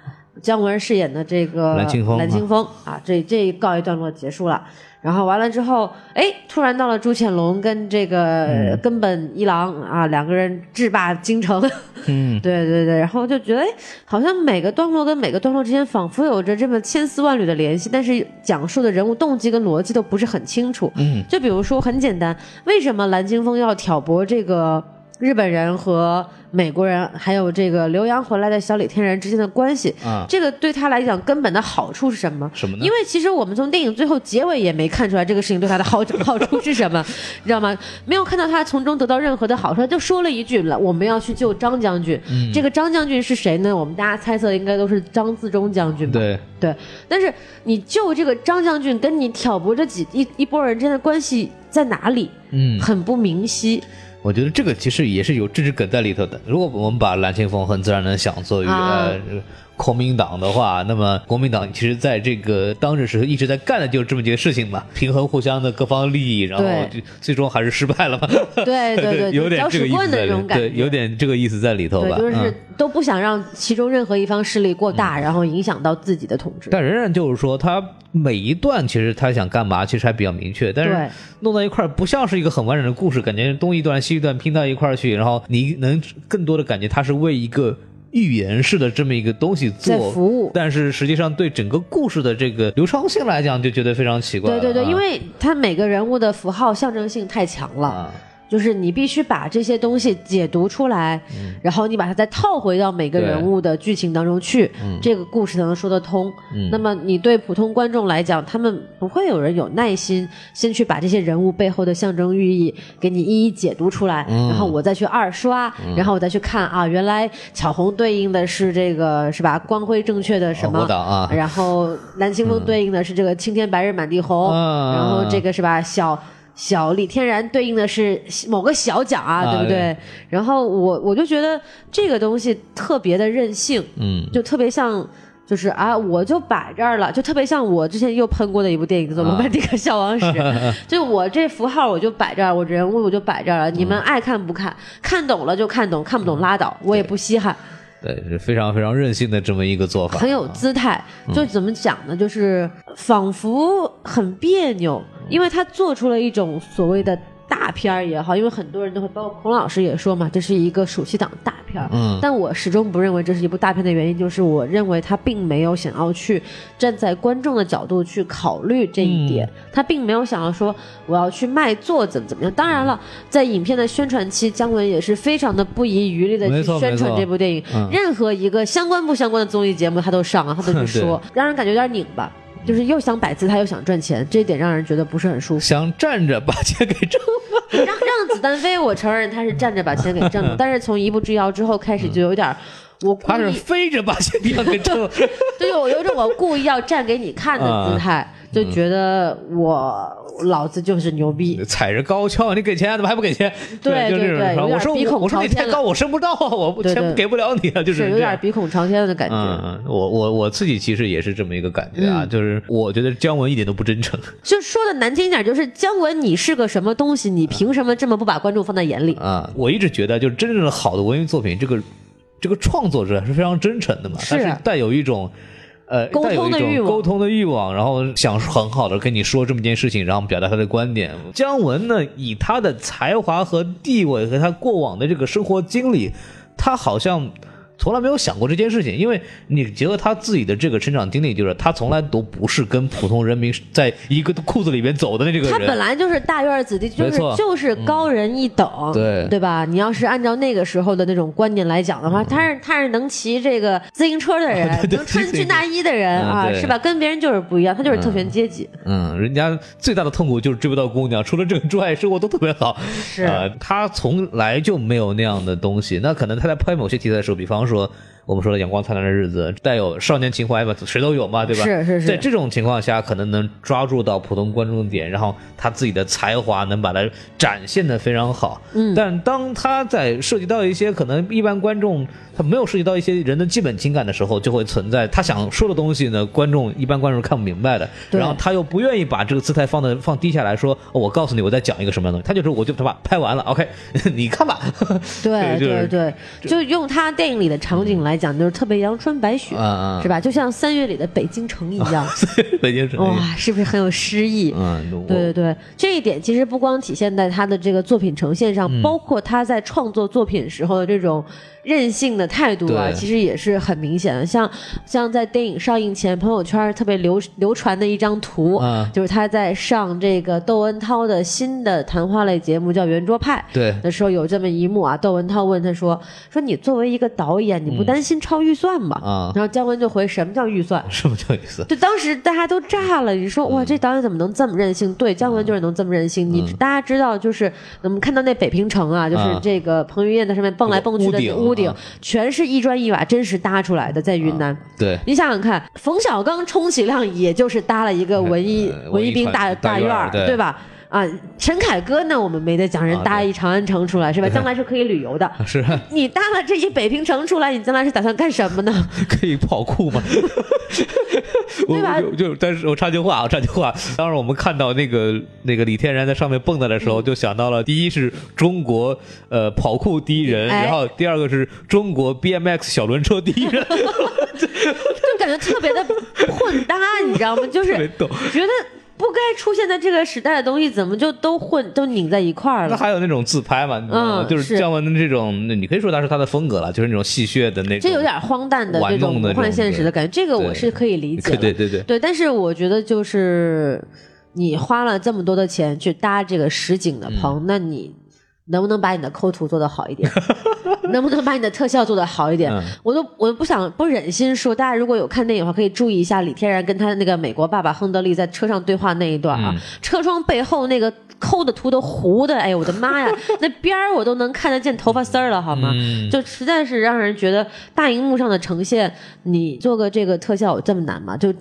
A: 姜文饰演的这个
B: 蓝青峰
A: 蓝青峰啊，这这告一段落结束了。然后完了之后，哎，突然到了朱潜龙跟这个呃根本一郎啊两个人制霸京城，
B: 嗯，
A: 对对对，然后就觉得哎，好像每个段落跟每个段落之间仿佛有着这么千丝万缕的联系，但是讲述的人物动机跟逻辑都不是很清楚。
B: 嗯，
A: 就比如说很简单，为什么蓝青峰要挑拨这个日本人和美国人，还有这个留洋回来的小李天然之间的关系？
B: 啊，
A: 这个对他来讲根本的好处是什么？
B: 什么呢
A: 因？为其实我们从电影最后结尾也没看出来这个事情对他的好好处是 什么，你知道吗？没有看到他从中得到任何的好处，他就说了一句了：“我们要去救张将军。
B: 嗯
A: 这个张将军是谁呢？我们大家猜测应该都是张自忠将军吧。
B: 对，
A: 对，但是你救这个张将军，跟你挑拨这几一一波人之间的关系在哪里？
B: 嗯，
A: 很不明 晰
B: 我觉得这个其实也是有政治梗在里头的。如果我们把蓝青峰很自然的想作于、
A: 啊
B: 呃国民党的话，那么国民党其实在这个当时是一直在干的就是这么几个事情嘛，平衡互相的各方利益，然后
A: 对
B: 就最终还是失败了嘛。
A: 对对对
B: 有点
A: 搅
B: 这个
A: 屎
B: 意思
A: 棍的
B: 在里
A: 那种
B: 头
A: 感
B: 对，
A: 觉
B: 有点这个意思在里头
A: 对
B: 吧。，
A: 就是
B: 嗯
A: 都不想让其中任何一方势力过大，然后影响到自己的统治。
B: 但仍然就是说，他每一段其实他想干嘛，其实还比较明确，但
A: 对
B: 是弄到一块儿不像是一个很完整的故事，感觉东一段西一段拼到一块儿去，然后你能更多的感觉他是为一个预言式的这么一个东西
A: 在
B: 做
A: 服务
B: 但是实际上对整个故事的这个流畅性来讲，就觉得非常奇怪了
A: 对
B: 啊。
A: 对对，因为他每个人物的符号象征性太强了，
B: 啊，
A: 就是你必须把这些东西解读出来，然后你把它再套回到每个人物的剧情当中去，这个故事才能说得通。那么你对普通观众来讲，他们不会有人有耐心先去把这些人物背后的象征寓意给你一一解读出来，然后我再去二刷，然后我再去看啊，原来巧红对应的是这个是吧？光辉正确的什么
B: 国？党啊，
A: 然后蓝青峰对应的是这个青天白日满地红，
B: 啊
A: 然后这个是吧小。小李天然对应的是某个小奖啊，
B: 啊
A: 对不对？
B: 对
A: 然后我我就觉得这个东西特别的任性，
B: 嗯，
A: 就特别像，就是啊，我就摆这儿了，就特别像我之前又喷过的一部电影叫做《
B: 啊
A: 罗曼蒂克消亡史》， 就我这符号我就摆这儿，我人物我就摆这儿了，你
B: 嗯
A: 们爱看不看，看懂了就看懂，看不懂拉倒，我也不稀罕。
B: 对，是非常非常任性的这么一个做法，啊嗯
A: 很有姿态，就怎么讲呢？就是仿佛很别扭，
B: 嗯
A: 因为他做出了一种所谓的大片儿也好，因为很多人都会，包括孔老师也说嘛，这是一个暑期档大片儿。
B: 嗯
A: 但我始终不认为这是一部大片的原因，就是我认为他并没有想要去站在观众的角度去考虑这一点，
B: 嗯
A: 他并没有想要说我要去卖座怎么怎么样。当然了，在影片的宣传期，姜文也是非常的不遗余力的
B: 没
A: 去
B: 错
A: 宣
B: 没
A: 传
B: 错
A: 这部电影，
B: 嗯
A: 任何一个相关不相关的综艺节目他都上啊，他都去 说，让人感觉有点拧巴，就是又想摆姿态又想赚钱，这一点让人觉得不是很舒服。
B: 想站着把钱给挣嗯
A: 让让子弹飞，我承认他是站着把钱给挣了，但是从一步之遥之后开始就有点儿，我故
B: 他是
A: 意
B: 飞着把钱给给挣了。
A: 就有有种我故意要站给你看的姿 态，
B: 嗯
A: 就觉得我老子就是牛逼。
B: 踩着高跷，你给钱啊怎么还不给钱？
A: 对
B: 就
A: 对
B: 这种
A: 对
B: 事儿。
A: 有点
B: 我说
A: 鼻
B: 我
A: 孔
B: 我说
A: 朝
B: 你
A: 天
B: 太
A: 了
B: 高，我升不到，啊我不
A: 对
B: 钱
A: 对
B: 给不了你啊，就是
A: 是有
B: 这样
A: 点。鼻孔嗯朝天的感觉，
B: 嗯，我我我自己其实也是这么一个感觉啊，就是我觉得姜文一点都不真诚，
A: 就说的难听一点，就是姜文，你是个什么东西？你凭什么这么不把观众放在眼里？
B: 啊，我一直觉得就是真正的好的文艺作品，这个这个创作者是非常真诚的嘛，
A: 是
B: 他是带有一种。呃，
A: 沟
B: 带有
A: 通的
B: 一种
A: 欲望
B: 沟通的欲望，然后想很好的跟你说这么件事情，然后表达他的观点。姜文呢，以他的才华和地位和他过往的这个生活经历，他好像从来没有想过这件事情，因为你结合他自己的这个成长经历，就是他从来都不是跟普通人民在一个裤子里边走的那这个人。
A: 他本来就是大院子弟，就
B: 没
A: 是
B: 错嗯
A: 就是高人一等，
B: 对嗯
A: 对吧？你要是按照那个时候的那种观念来讲的话，他是他是能骑这个自行车的人，
B: 哦
A: 能穿军大衣的人
B: 嗯
A: 啊，
B: 对
A: 是吧？跟别人就是不一样，他就是特权阶级。
B: 嗯，人家最大的痛苦就是追不到姑娘，除了这个之外，生活都特别好。
A: 是
B: 呃，他从来就没有那样的东西。那可能他在拍某些题材的时候，比方说我们说的《阳光灿烂的日子》，带有少年情怀吧，谁都有嘛，对吧？
A: 是是是
B: 在这种情况下，可能能抓住到普通观众的点，然后他自己的才华能把它展现的非常好。嗯，但当他在涉及到一些可能一般观众他没有涉及到一些人的基本情感的时候，就会存在他想说的东西呢，观众一般观众是看不明白的。
A: 对
B: 然后他又不愿意把这个姿态放的放低下来说，哦我告诉你我在讲一个什么样的东西，他就说我就他妈拍完了，OK，你 看吧。
A: 对
B: 对就是嗯
A: 对对，就用他电影里的场景来讲，就是特别阳春白雪，
B: 啊
A: 是吧？就像三月里的北京城一样，
B: 北京城，
A: 哇，是不是很有诗意？
B: 啊嗯，我
A: 对对对，这一点其实不光体现在他的这个作品呈现上，
B: 嗯
A: 包括他在创作作品时候的这种任性的态度啊，
B: 对
A: 其实也是很明显的。像像在电影上映前，朋友圈特别流流传的一张图，
B: 嗯
A: 就是他在上这个窦文涛的新的谈话类节目叫《圆桌派》。
B: 对
A: 的时候有这么一幕啊，窦文涛问他说：“说你作为一个导演，你不担心超预算吗？”
B: 嗯啊
A: 然后姜文就回：“什么叫预算？
B: 什么叫意思？
A: 就当时大家都炸了，你说
B: 嗯
A: 哇，这导演怎么能这么任性？对，姜文就是能这么任性。你大家知道，就是我们看到那北平城啊，就是
B: 啊
A: 这个彭于晏在上面蹦来蹦去的
B: 屋顶
A: 屋顶
B: 啊，
A: 全是一砖一瓦真实搭出来的，在云南。
B: 对，
A: 你想想看，冯小刚、充其量也就是搭了一个文艺
B: 呃
A: 文艺兵
B: 文
A: 大
B: 艺团大
A: 院
B: 院
A: 儿
B: 儿，对
A: 对吧？啊，陈凯歌那我们没得讲，人
B: 啊
A: 搭
B: 对
A: 一长安城出 来是吧？将来是可以旅游的。
B: 是
A: 你搭了这一北平城出来，你将来是打算干什么呢？
B: 可以跑酷吗？我
A: 对吧
B: 我就就但是我插句话，我啊插句话。当时我们看到那个那个李天然在上面蹦跶的时
A: 嗯
B: 候，就想到了第一是中国呃跑酷第一人，
A: 哎
B: 然后第二个是中国 BMX 小轮车第一 人，
A: 就感觉特别的混搭，你知道吗？就是
B: 特别逗。
A: 觉得不该出现在这个时代的东西，怎么就都混都拧在一块儿
B: 那
A: 了？
B: 还有那种自拍嘛，你知道吗
A: 嗯
B: 就是是姜文的这种，你可以说他是他的风格了，就是那种戏谑的那种，
A: 这有点荒诞的这
B: 玩
A: 种
B: 弄
A: 魔
B: 的这
A: 幻
B: 种
A: 现实的感觉，这个我
B: 对
A: 是可以理解
B: 对
A: 的。
B: 对对对，
A: 对，但是我觉得就是你花了这么多的钱去搭这个实景的
B: 嗯
A: 棚，那你能不能把你的抠图做得好一 点？能不能把你的特效做得好一点？
B: 嗯
A: 我都我不想不忍心说，大家如果有看电影的话，可以注意一下李天然跟他那个美国爸爸亨德利在车上对话那一段啊，
B: 嗯
A: 车窗背后那个抠的图都糊的，哎呦我的妈呀， 那边儿我都能看得见头发丝儿了，好吗？
B: 嗯
A: 就实在是让人觉得大荧幕上的呈现，你做个这个特效有这么难吗？就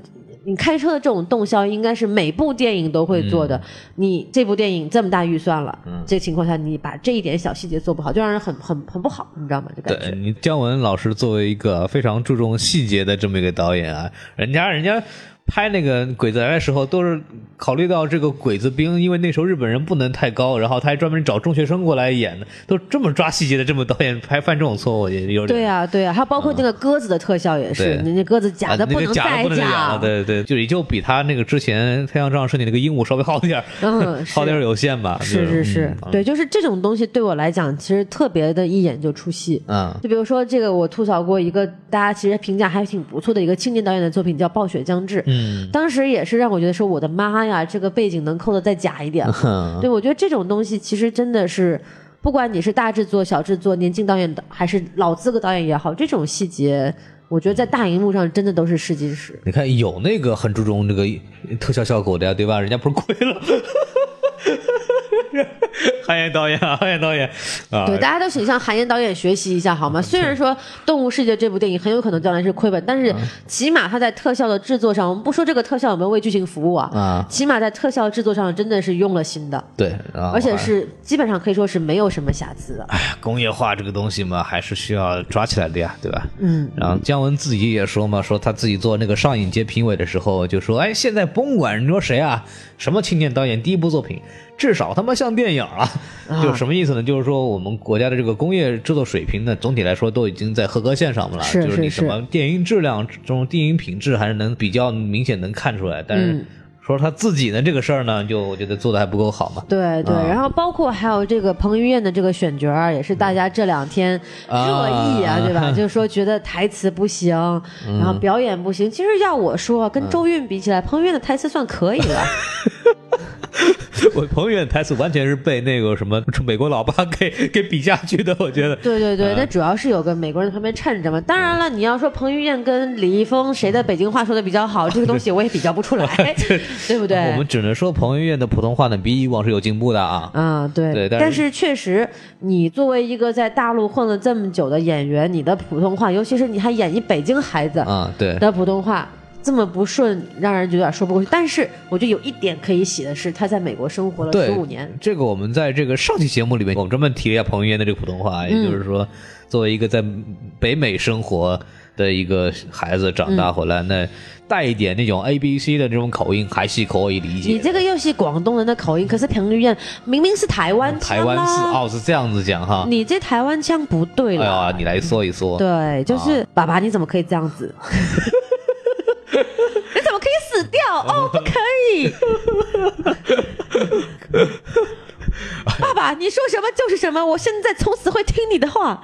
A: 你开车的这种动效，应该是每部电影都会做的。
B: 嗯
A: 你这部电影这么大预算了，这个情况下你把这一点小细节做不好，就让人很很很不好，你知道吗？就感
B: 对
A: 觉。
B: 你姜文老师作为一个非常注重细节的这么一个导演啊，人家人家拍那个《鬼子来》的时候，都是考虑到这个鬼子兵，因为那时候日本人不能太高，然后他还专门找中学生过来演的，都这么抓细节的，这么导演拍犯这种错误也有点
A: 对啊，对啊，还有包括那个鸽子的特效也是，
B: 对
A: 那那鸽子假的
B: 啊那
A: 能
B: 个假
A: 再
B: 的不能假了，对对，就也就比他那个之前太阳照常升起那个鹦鹉稍微好点儿，
A: 嗯是
B: 好点儿嗯有限吧，
A: 是
B: 就是
A: 是，对，就是这种东西对我来讲，其实特别的一眼就出戏。
B: 嗯，
A: 就比如说这个，我吐槽过一个大家其实评价还挺不错的一个青年导演的作品，叫《暴雪将至》。
B: 嗯
A: 当时也是让我觉得说，我的妈呀，这个背景能扣的再假一点吗。
B: 嗯，
A: 对，我觉得这种东西其实真的是，不管你是大制作、小制作、年轻导演的，还是老资格导演也好，这种细节，我觉得在大荧幕上真的都是试金石。
B: 你看有那个很注重这个特效效果的呀，对吧？人家不是亏 了。韩延导演啊，韩延导演啊，
A: 对，大家都请向韩延导演学习一下好吗？虽然说《动物世界》这部电影很有可能将来是亏本，但是起码它在特效的制作上，我们不说这个特效有没有为剧情服务啊，
B: 啊
A: 起码在特效制作上真的是用了心的，
B: 对，啊
A: 而且是基本上可以说是没有什么瑕疵的。
B: 哎工业化这个东西嘛，还是需要抓起来的呀，对吧？
A: 嗯，
B: 然后姜文自己也说嘛，说他自己做那个上影节评委的时候就说，哎，现在甭管你说谁啊，什么青年导演第一部作品，至少他妈像电影啊，就什么意思呢？就是说我们国家的这个工业制作水平呢，总体来说都已经在合格线上了，
A: 是
B: 就是你
A: 是
B: 什么电影质量、这种电影品质还是能比较明显能看出来，但是。
A: 嗯
B: 说他自己呢这个事儿呢，就我觉得做的还不够好嘛。
A: 对对，
B: 啊
A: 然后包括还有这个彭于晏的这个选角儿，啊也是大家这两天
B: 啊
A: 热议啊，对 吧？
B: 嗯
A: 就是说觉得台词不行，然后表演不行。其实要我说，跟
B: 嗯
A: 周韵比起来，彭于晏的台词算可以 了。
B: 我彭于晏台词完全是被那个什么美国老爸给给比下去的，我觉得。
A: 对对对，那主要是有个美国人在旁边衬着嘛。当然了，你要说彭于晏跟李易峰谁的北京话说的比较 好，这个东西我也比较不出来， 对不对？
B: 我们只能说彭于晏的普通话呢，比以往是有进步的啊。
A: 啊、对，
B: 对但
A: 但是确实，你作为一个在大陆混了这么久的演员，你的普通话，尤其是你还演一北京孩子
B: 啊，对，
A: 的普通话，这么不顺，让人觉得有点说不过去。但是我觉得有一点可以洗的是，他在美国生活了
B: 对
A: 十五年，
B: 这个我们在这个上期节目里面，我们专门提了一下彭于晏的这个普通话，也
A: 嗯
B: 就是说，作为一个在北美生活的一个孩子
A: 嗯
B: 长大回来，那带一点那种 A B C 的这种口音，还是可以理解的。
A: 你这个又是广东人的口音，可是彭于晏明明是台湾腔
B: 台湾
A: 啦
B: 是哦是这样子讲哈，
A: 你这台湾腔不对
B: 哎
A: 了。
B: 呀，你来说一说，
A: 对，
B: 啊
A: 就是、爸爸，你怎么可以这样子？ 你怎么可以死掉？哦，不可以！爸爸，你说什么就是什么，我现在从此会听你的话。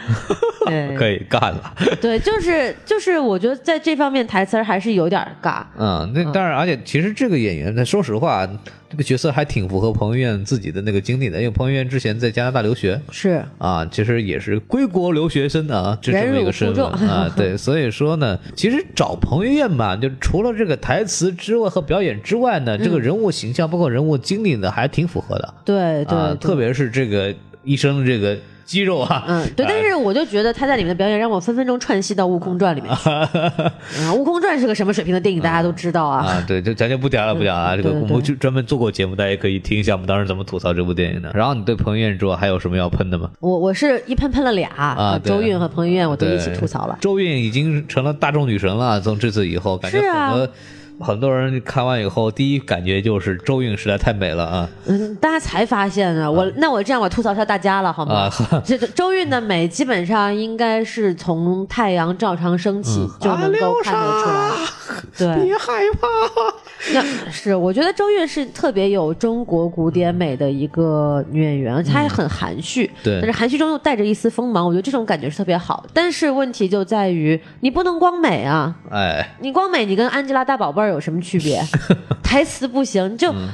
A: 对
B: 可以干了。
A: 对，就是就是，我觉得在这方面台词儿还是有点儿尬。
B: 嗯，那当然，而且其实这个演员呢，说实话，这个角色还挺符合彭于晏自己的那个经历的，因为彭于晏之前在加拿大留学，
A: 是，
B: 啊，其实也是归国留学生啊，这这么一个身份
A: 忍辱负重
B: 啊，对，所以说呢，其实找彭于晏嘛，就除了这个台词之外和表演之外
A: 嗯
B: 呢，这个人物形象包括人物经历呢，还挺符合的
A: 对对
B: 啊，
A: 对
B: 特别是这个医生的这个肌肉啊，
A: 嗯，对，但是我就觉得他在里面的表演让我分分钟串戏到《悟空传》里面 去。嗯，《悟空传》是个什么水平的电影，大家都知道啊。
B: 啊，对，就咱就不讲了，不讲了。这
A: 对
B: 个
A: 对
B: 我们就专门做过节目，大家也可以听一下我们当时怎么吐槽这部电影的。然后你对彭于晏之后还有什么要喷的吗？
A: 我我是一喷喷了俩，啊
B: 对
A: 周韵和彭于晏我都一起
B: 对
A: 吐槽了。
B: 周韵已经成了大众女神了，从这次以后，感觉
A: 是啊
B: 很多、很多人看完以后，第一感觉就是周韵实在太美了啊！
A: 嗯，大家才发现啊，我、那我这样我吐槽一下大家了好吗
B: 啊？
A: 这、这周韵的美基本上应该是从太阳照常升起、
B: 嗯
A: 就能够看得出来。对，
B: 害怕，
A: 那是我觉得周韵是特别有中国古典美的一个女演员，而且她也很含蓄，
B: 嗯对
A: 但是含蓄中又带着一丝锋芒，我觉得这种感觉是特别好。但是问题就在于你不能光美啊，
B: 哎，
A: 你光美，你跟安吉拉大宝贝儿有什么区 别？台词不行，就
B: 嗯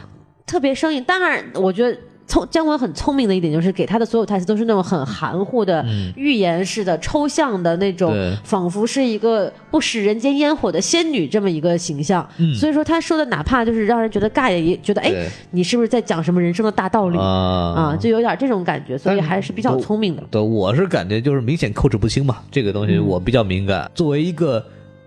A: 特别生硬。当然，我觉得。聪姜文很聪明的一点就是给他的所有台词都是那种很含糊的、寓言式的、抽象的那种
B: 嗯对，
A: 仿佛是一个不食人间烟火的仙女这么一个形象。所以说他说的哪怕就是让人觉得尬也也觉得哎
B: 嗯对，
A: 你是不是在讲什么人生的大道理啊
B: 啊。
A: 就有点这种感觉，所以
B: 但
A: 还是比较
B: 我
A: 聪明的。
B: 对，我是感觉就是明显控制不清嘛，这个东西
A: 嗯
B: 我比较敏感。作为一个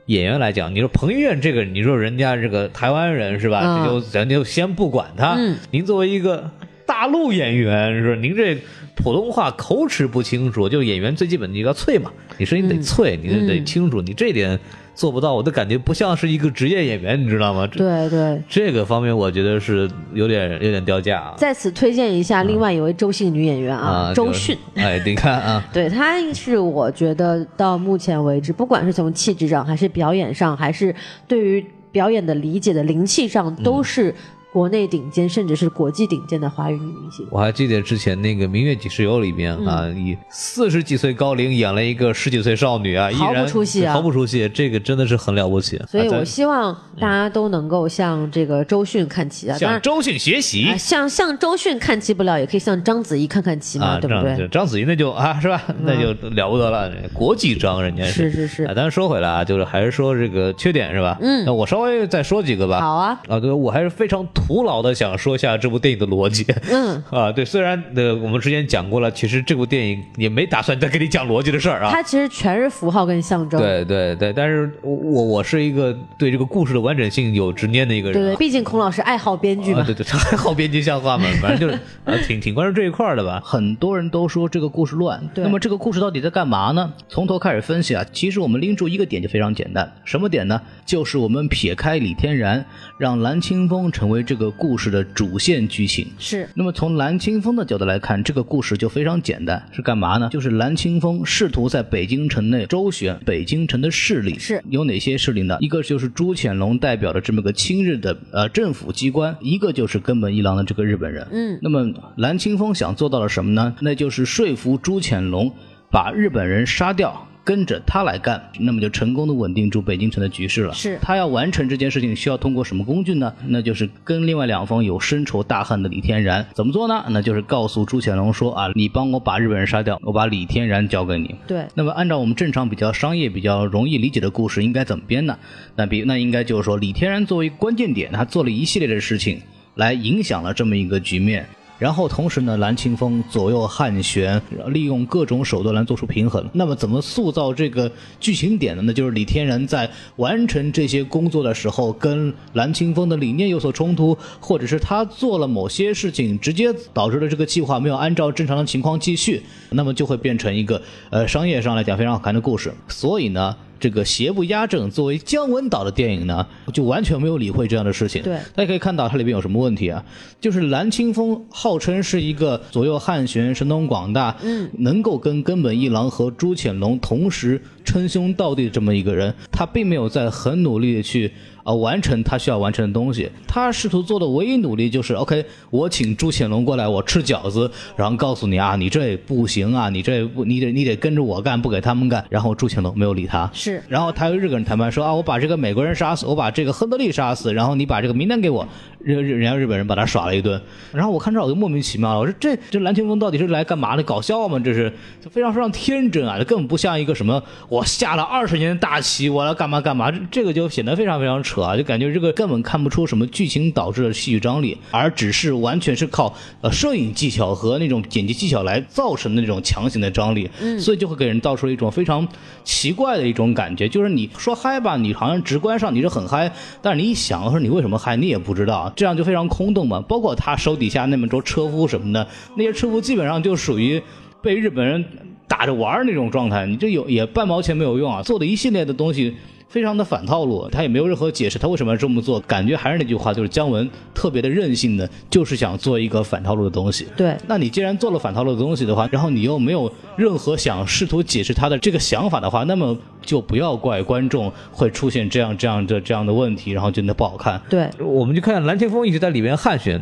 B: 演员来讲，你说彭于晏这个，你说人家这个台湾人是吧？
A: 嗯
B: 这就咱就先不管他。
A: 嗯
B: 您作为一个大陆演员，是吧您这普通话口齿不清楚，就是演员最基本的一个脆嘛，你声音
A: 嗯
B: 得脆，你得得清楚，你这点做不到，我都感觉不像是一个职业演员，你知道吗？这
A: 对对，
B: 这个方面我觉得是有点有点掉价啊。
A: 在此推荐一下另外一位周姓女演员啊，
B: 啊，
A: 周
B: 就是
A: 迅。，
B: 哎，你看啊，
A: 对，她是我觉得到目前为止，不管是从气质上，还是表演上，还是对于表演的理解的灵气
B: 嗯
A: 上，都是国内顶尖，甚至是国际顶尖的华语女明星。
B: 我还记得之前那个《明月几时有》里面
A: 嗯
B: 啊，以四十几岁高龄演了一个十几岁少女啊，依
A: 毫不
B: 然
A: 出戏啊
B: 毫不出戏，这个真的是很了不起。
A: 所以
B: 啊咱
A: 我希望大家都能够向这个周迅看齐啊，当
B: 向
A: 然。
B: 周迅学习
A: 啊，向向周迅看齐不了，也可以向章子怡看看齐嘛，
B: 啊，
A: 对不
B: 章
A: 对？
B: 章子怡那就啊是吧，那就了不得了，国际章人家
A: 是是是
B: 啊，但是说回来啊，就是还是说这个缺点是吧？嗯，那我稍微再说几个吧。
A: 好啊，
B: 啊，对，我还是非常徒劳的想说一下这部电影的逻辑。
A: 嗯，
B: 啊，对，虽然呃我们之前讲过了，其实这部电影也没打算再跟你讲逻辑的事儿啊。
A: 它其实全是符号跟象征。
B: 对对对，但是我我我是一个对这个故事的完整性有执念的一个
A: 对
B: 人
A: 对，
B: 啊。
A: 毕竟孔老师爱好编剧嘛
B: 啊，。对对，这还好编辑像话嘛，反正就是呃挺挺关注这一块儿的吧。
C: 很多人都说这个故事乱，
A: 对
C: 那么这个故事到底在干嘛呢？从头开始分析啊，其实我们拎住一个点就非常简单，什么点呢？就是我们撇开李天然，让蓝清风成为这这个故事的主线剧情。
A: 是
C: 那么从蓝青峰的角度来看，这个故事就非常简单，是干嘛呢？就是蓝青峰试图在北京城内周旋北京城的势力，
A: 是
C: 有哪些势力呢？一个就是朱潜龙代表的这么个亲日的呃政府机关，一个就是根本一郎的这个日本人。
A: 嗯，
C: 那么蓝青峰想做到了什么呢？那就是说服朱潜龙把日本人杀掉。跟着他来干，那么就成功的稳定住北京城的局势了。
A: 是
C: 他要完成这件事情，需要通过什么工具呢？那就是跟另外两方有深仇大恨的李天然怎么做呢？那就是告诉朱潜龙说啊，你帮我把日本人杀掉，我把李天然交给你。
A: 对，
C: 那么按照我们正常比较商业、比较容易理解的故事，应该怎么编呢？那比那应该就是说，李天然作为关键点，他做了一系列的事情，来影响了这么一个局面。然后同时呢，蓝青峰左右汉旋，利用各种手段来做出平衡。那么怎么塑造这个剧情点呢？那就是李天然在完成这些工作的时候，跟蓝青峰的理念有所冲突，或者是他做了某些事情，直接导致了这个计划没有按照正常的情况继续，那么就会变成一个呃商业上来讲非常好看的故事。所以呢。这个邪不压正作为姜文导的电影呢，就完全没有理会这样的事情。
A: 对
C: 大家可以看到它里边有什么问题啊？就是蓝青峰号称是一个左右汉旋、神通广大，嗯，能够跟根本一郎和朱潜龙同时称兄道弟的这么一个人，他并没有在很努力的去啊、呃完成他需要完成的东西。他试图做的唯一努力就是，OK，我请朱潜龙过来，我吃饺子，然后告诉你啊，你这不行啊，你这不，你得你得跟着我干，不给他们干。然后朱潜龙没有理他，
A: 是
C: 然后他跟日本人谈判说啊，我把这个美国人杀死，我把这个亨德利杀死，然后你把这个名单给我，日日人家日本人把他耍了一顿。然后我看这儿我就莫名其妙了，我说这这蓝青峰到底是来干嘛的？搞笑吗？这是就非常非常天真啊，这根本不像一个什么我下了二十年的大棋，我要干嘛干嘛，这这个就显得非常非常扯啊，就感觉这个根本看不出什么剧情导致的戏剧张力，而只是完全是靠呃摄影技巧和那种剪辑技巧来造成的那种强行的张力，所以就会给人造出一种非常奇怪的一种感觉，就是你说嗨吧，你好像直观上你是很嗨，但是你一想说你为什么嗨，你也不知道，这样就非常空洞嘛。包括他手底下那么多车夫什么的， 那些车夫基本上就属于被日本人打着玩儿那种状态，你这有也半毛钱没有用啊，做的一系列的东西。非常的反套路，他也没有任何解释，他为什么要这么做？感觉还是那句话，就是姜文特别的任性的，就是想做一个反套路的东西。
A: 对，
C: 那你既然做了反套路的东西的话，然后你又没有任何想试图解释他的这个想法的话，那么就不要怪观众会出现这样这样的这样的问题，然后觉得不好看。
A: 对，
B: 我们就看蓝青峰一直在里面汉旋。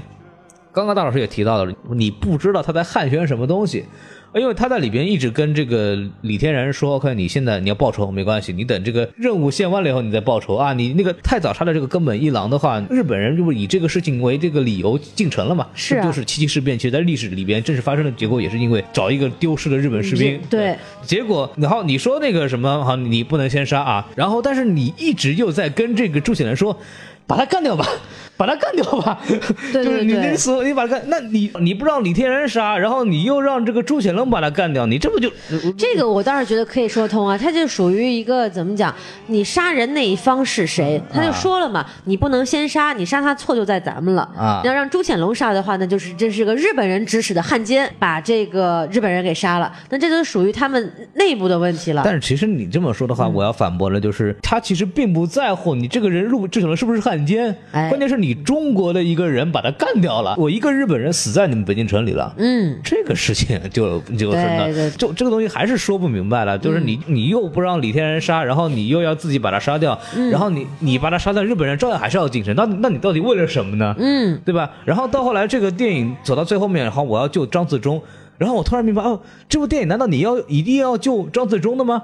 B: 刚刚大老师也提到了，你不知道他在汉旋什么东西，哎因为他在里边一直跟这个李天然说：“OK，你现在你要报仇没关系，你等这个任务献完了以后你再报仇啊。你那个太早杀了这个根本一郎的话，日本人就是以这个事情为这个理由进城了嘛？
A: 是啊
B: 这就是七七事变，其实在历史里边真实发生的结果也是因为找一个丢失的日本士兵，
A: 对
B: 结果，然后你说那个什么，好，你不能先杀啊。然后，但是你一直又在跟这个朱显然说，把他干 掉吧，把他干掉吧。
A: 对
B: 就是
A: 对
B: 你
A: 对
B: 那所有你把他干，那你你不让李天然杀，然后你又让这个朱显龙把他干掉，你这不就
A: 这个我倒是觉得可以说通啊，他就属于一个怎么讲，你杀人那一方是谁？他
B: 啊
A: 就说了嘛，你不能先杀，你杀他错就在咱们了
C: 啊
A: 要让朱潜龙杀的话，那就是这是个日本人指使的汉奸，把这个日本人给杀了，那这就属于他们内部的问题了。
B: 但是其实你这么说的
A: 嗯
B: 话，我要反驳的就是他其实并不在乎你这个人入志成是不是汉奸，
A: 哎
B: 关键是你中国的一个人把他干掉了，我一个日本人死在你们北京城里了，
A: 嗯，
B: 这个事情就 就是
A: 对对嗯
B: 呢，就这个东西还是说不明白了，就是你你又不让李天然杀，然后你又要自己把他杀掉，
A: 嗯
B: 然后你你把他杀掉，日本人照样还是要进城，那那你到底为了什么呢？
A: 嗯，
B: 对吧？然后到后来这个电影走到最后面，然后我要救张自忠，然后我突然明白，哦，这部电影难道你要一定要救张自忠的吗？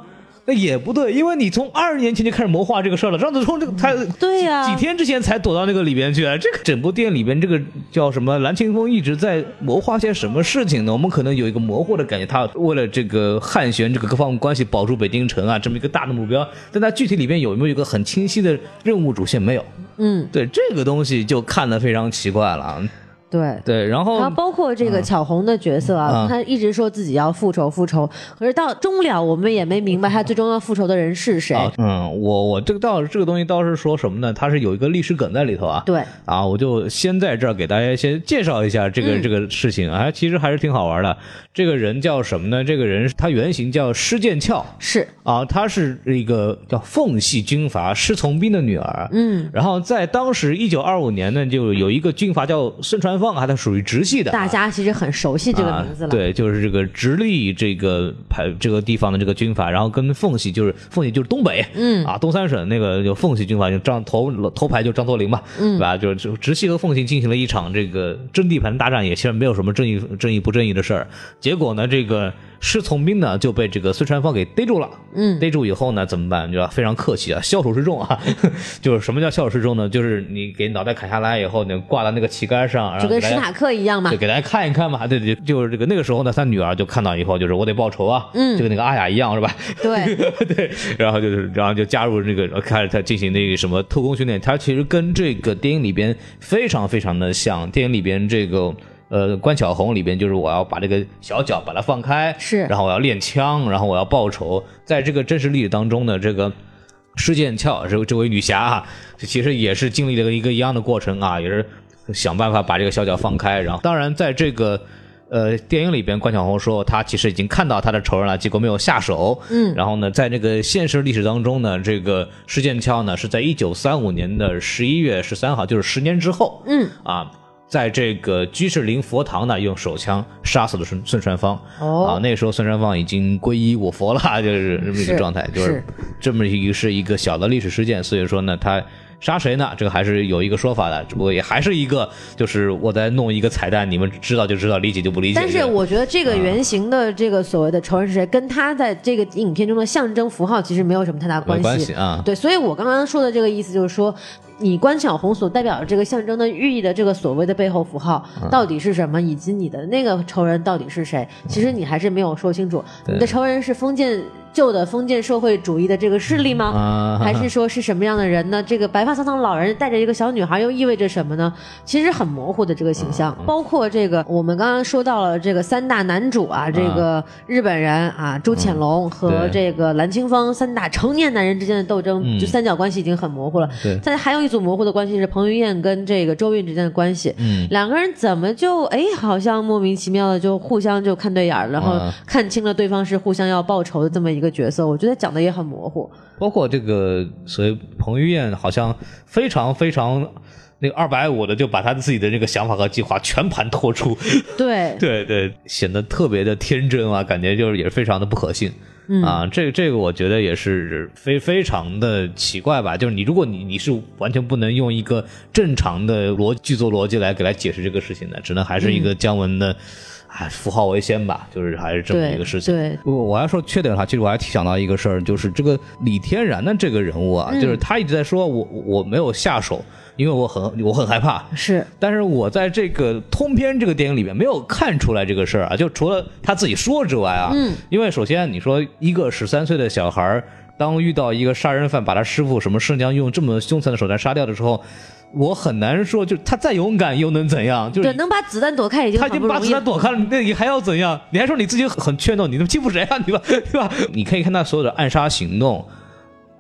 B: 那也不对，因为你从二十年前就开始谋划这个事儿了。张自忠这个他
A: 对呀、
B: 几天之前才躲到那个里边去，哎这个整部电影里边这个叫什么？蓝青峰一直在谋划些什么事情呢？我们可能有一个模糊的感觉，他为了这个汉玄这个各方面关系保住北京城啊，这么一个大的目标，但他具体里边有没有一个很清晰的任务主线没有？
A: 嗯。
B: 对这个东西就看得非常奇怪了啊。
A: 对。
B: 对，然后
A: 然后包括这个巧红的角色啊，
B: 嗯
A: 她一直说自己要复仇复仇，可是到终了我们也没明白她最终要复仇的人是谁。
D: 啊
B: 嗯，我我这个倒是这个东西倒是说什么呢？它是有一个历史梗在里头啊。
A: 对，
B: 啊，我就先在这儿给大家先介绍一下这个、
A: 嗯
B: 这个事情啊，其实还是挺好玩的。这个人叫什么呢？这个人他原型叫施剑翘
A: 是，
B: 啊，他是一个叫奉系军阀施从斌的女儿。
A: 嗯，
B: 然后在当时一九二五年呢，就有一个军阀叫孙传芳啊，他属于直系的啊。
A: 大家其实很熟悉这个名字
B: 啊。
A: 了。
B: 对，就是这个直隶这个派这个地方的这个军阀，然后跟奉系就是奉系就是东北，
A: 嗯
B: 啊，东三省那个有奉系军阀，就张头头牌就是张作霖嘛，嗯，对吧？就就直系和奉系进行了一场这个争地盘大战，也其实没有什么正义正义不正义的事儿。结果呢，这个施从斌呢就被这个孙传芳给逮住了。
A: 嗯，
B: 逮住以后呢，怎么办？就要非常客气啊，枭首示众啊。 就是什么叫枭首示众呢？就是你给脑袋砍下来以后，你挂到那个旗杆上，然
A: 就
B: 后给
A: 跟
B: 大
A: 史
B: 家
A: 塔克一样嘛
B: 对，。给大家看一看嘛。对对，对就是这个那个时候呢，他女儿就看到以后，就是我得报仇啊，
A: 嗯
B: 就跟那个阿雅一样是吧？
A: 对，
B: 对，然后就是然后就加入这个呃开始他进行那个什么特工训练，他其实跟这个电影里边非常非常的像，电影里边这个。呃，关晓红里边就是我要把这个小脚把它放开，
A: 是
B: 然后我要练枪，然后我要报仇。在这个真实历史当中呢，这个施剑翘这位这位女侠啊，其实也是经历了一个一样的过程啊，也是想办法把这个小脚放开。然后，当然在这个呃电影里边，关晓红说她其实已经看到她的仇人了，结果没有下手。嗯，然后呢，在这个现实历史当中呢，这个施剑翘呢是在一九三五年的十一月十三号，就是十年之后，
A: 嗯，
B: 啊。在这个居士林佛堂呢，用手枪杀死了孙孙传芳。
A: 哦
B: 啊，那时候孙传芳已经皈依我佛了，就是这么一个
A: 是
B: 状态，就是这么一个是一个小的历史事件，所以说呢，他杀谁呢？这个还是有一个说法的，只不过也还是一个，就是我在弄一个彩蛋，你们知道就知道，理解就不理解。
A: 但是
B: 这个
A: 我觉得这个原型的这个所谓的仇人是谁，跟他在这个影片中的象征符号其实没有什么太大
B: 没
A: 关
B: 关
A: 系
B: 系。啊，
A: 对，所以我刚刚说的这个意思就是说，你关晓红所代表的这个象征的寓意的这个所谓的背后符号
B: 嗯
A: 到底是什么，以及你的那个仇人到底是谁，其实你还是没有说清楚。你的仇人是封建旧的封建社会主义的这个势力吗？
B: 啊，
A: 还是说是什么样的人呢？这个白发苍苍老人带着一个小女孩，又意味着什么呢？其实很模糊的这个形象，
B: 嗯
A: 包括这个我们刚刚说到了这个三大男主啊，这个日本人啊，朱潜龙和
B: 嗯
A: 这
B: 对
A: 个蓝青峰三大成年男人之间的斗争，
B: 嗯
A: 就三角关系已经很模糊了。
B: 对
A: 但是还有一组模糊的关系是彭于晏跟这个周韵之间的关系。
B: 嗯
A: 两个人怎么就哎，好像莫名其妙的就互相就看对眼儿，然后
B: 啊
A: 看清了对方是互相要报仇的这么一个角色，我觉得讲的也很模糊。
B: 包括这个所谓彭于晏，好像非常非常。那个二百五的就把他自己的这个想法和计划全盘托出，
A: 对，
B: 对对，显得特别的天真啊，感觉就是也是非常的不可信。
A: 嗯
B: 啊，这个这个我觉得也是非非常的奇怪吧，就是你如果你你是完全不能用一个正常的逻剧作逻辑来给来解释这个事情的，只能还是一个
A: 嗯
B: 姜文的，哎，符号为先吧，就是还是这么
A: 对，
B: 一个事情。
A: 对，
B: 我我要说缺点的话，其实我还想到一个事儿，就是这个李天然的这个人物啊，
A: 嗯
B: 就是他一直在说我我没有下手，因为我很我很害怕，
A: 是
B: 但是我在这个通篇这个电影里面没有看出来这个事儿啊，就除了他自己说之外啊，嗯，因为首先你说一个十三岁的小孩儿，当遇到一个杀人犯把他师傅什么盛江用这么凶残的手段杀掉的时候，我很难说，就是他再勇敢又能怎样？就是
A: 对，能把子弹躲开已经
B: 他已
A: 很
B: 经
A: 不
B: 把
A: 容
B: 子
A: 易
B: 弹
A: 了。
B: 躲开了，那你还要怎样？你还说你自己很怯懦，你能欺负谁啊？对吧？对吧？你可以看他所有的暗杀行动，